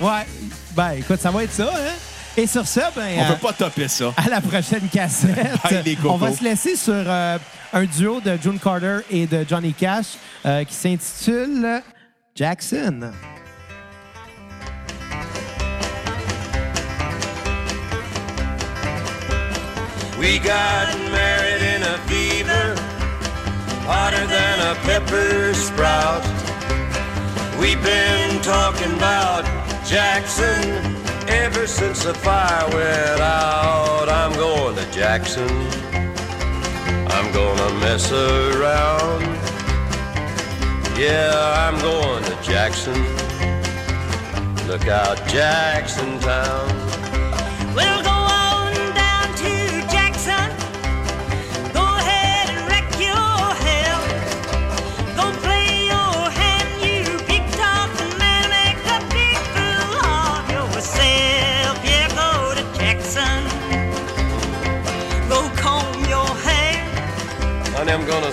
C: Ben, écoute, ça va être ça, hein? Et sur ça, ben...
D: On
C: euh,
D: peut pas topper ça.
C: à la prochaine cassette.
D: Bye, les cocos.
C: On va se laisser sur euh, un duo de June Carter et de Johnny Cash euh, qui s'intitule Jackson.
B: We got married in a fever, hotter than a pepper sprout. We've been talking about Jackson ever since the fire went out. I'm going to Jackson. I'm gonna mess around. Yeah, I'm going to Jackson. Look out, Jackson Town.
F: We'll go on down to Jackson. Go ahead and wreck your hell. Go play your hand, you big top man. Make a big fool of yourself. Yeah, go to Jackson. Go comb your hair.
B: Honey, I'm gonna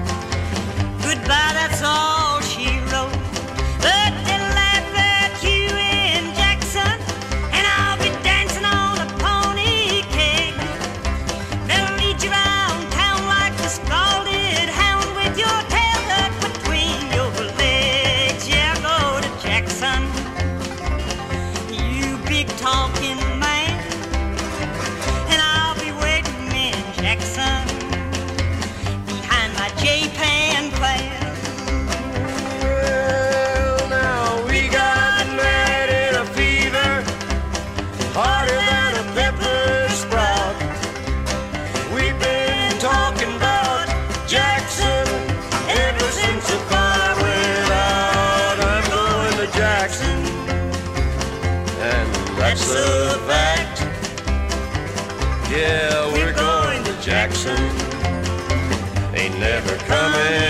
F: Goodbye, that's all she wrote. But they'll laugh at you in Jackson, and I'll be dancing on a pony keg. They'll lead you round town like a scalded hound with your tail tucked between your legs. Yeah, go to Jackson, you big talking man, and I'll be waiting in Jackson behind my
B: Yeah, we're going to Jackson. Ain't never coming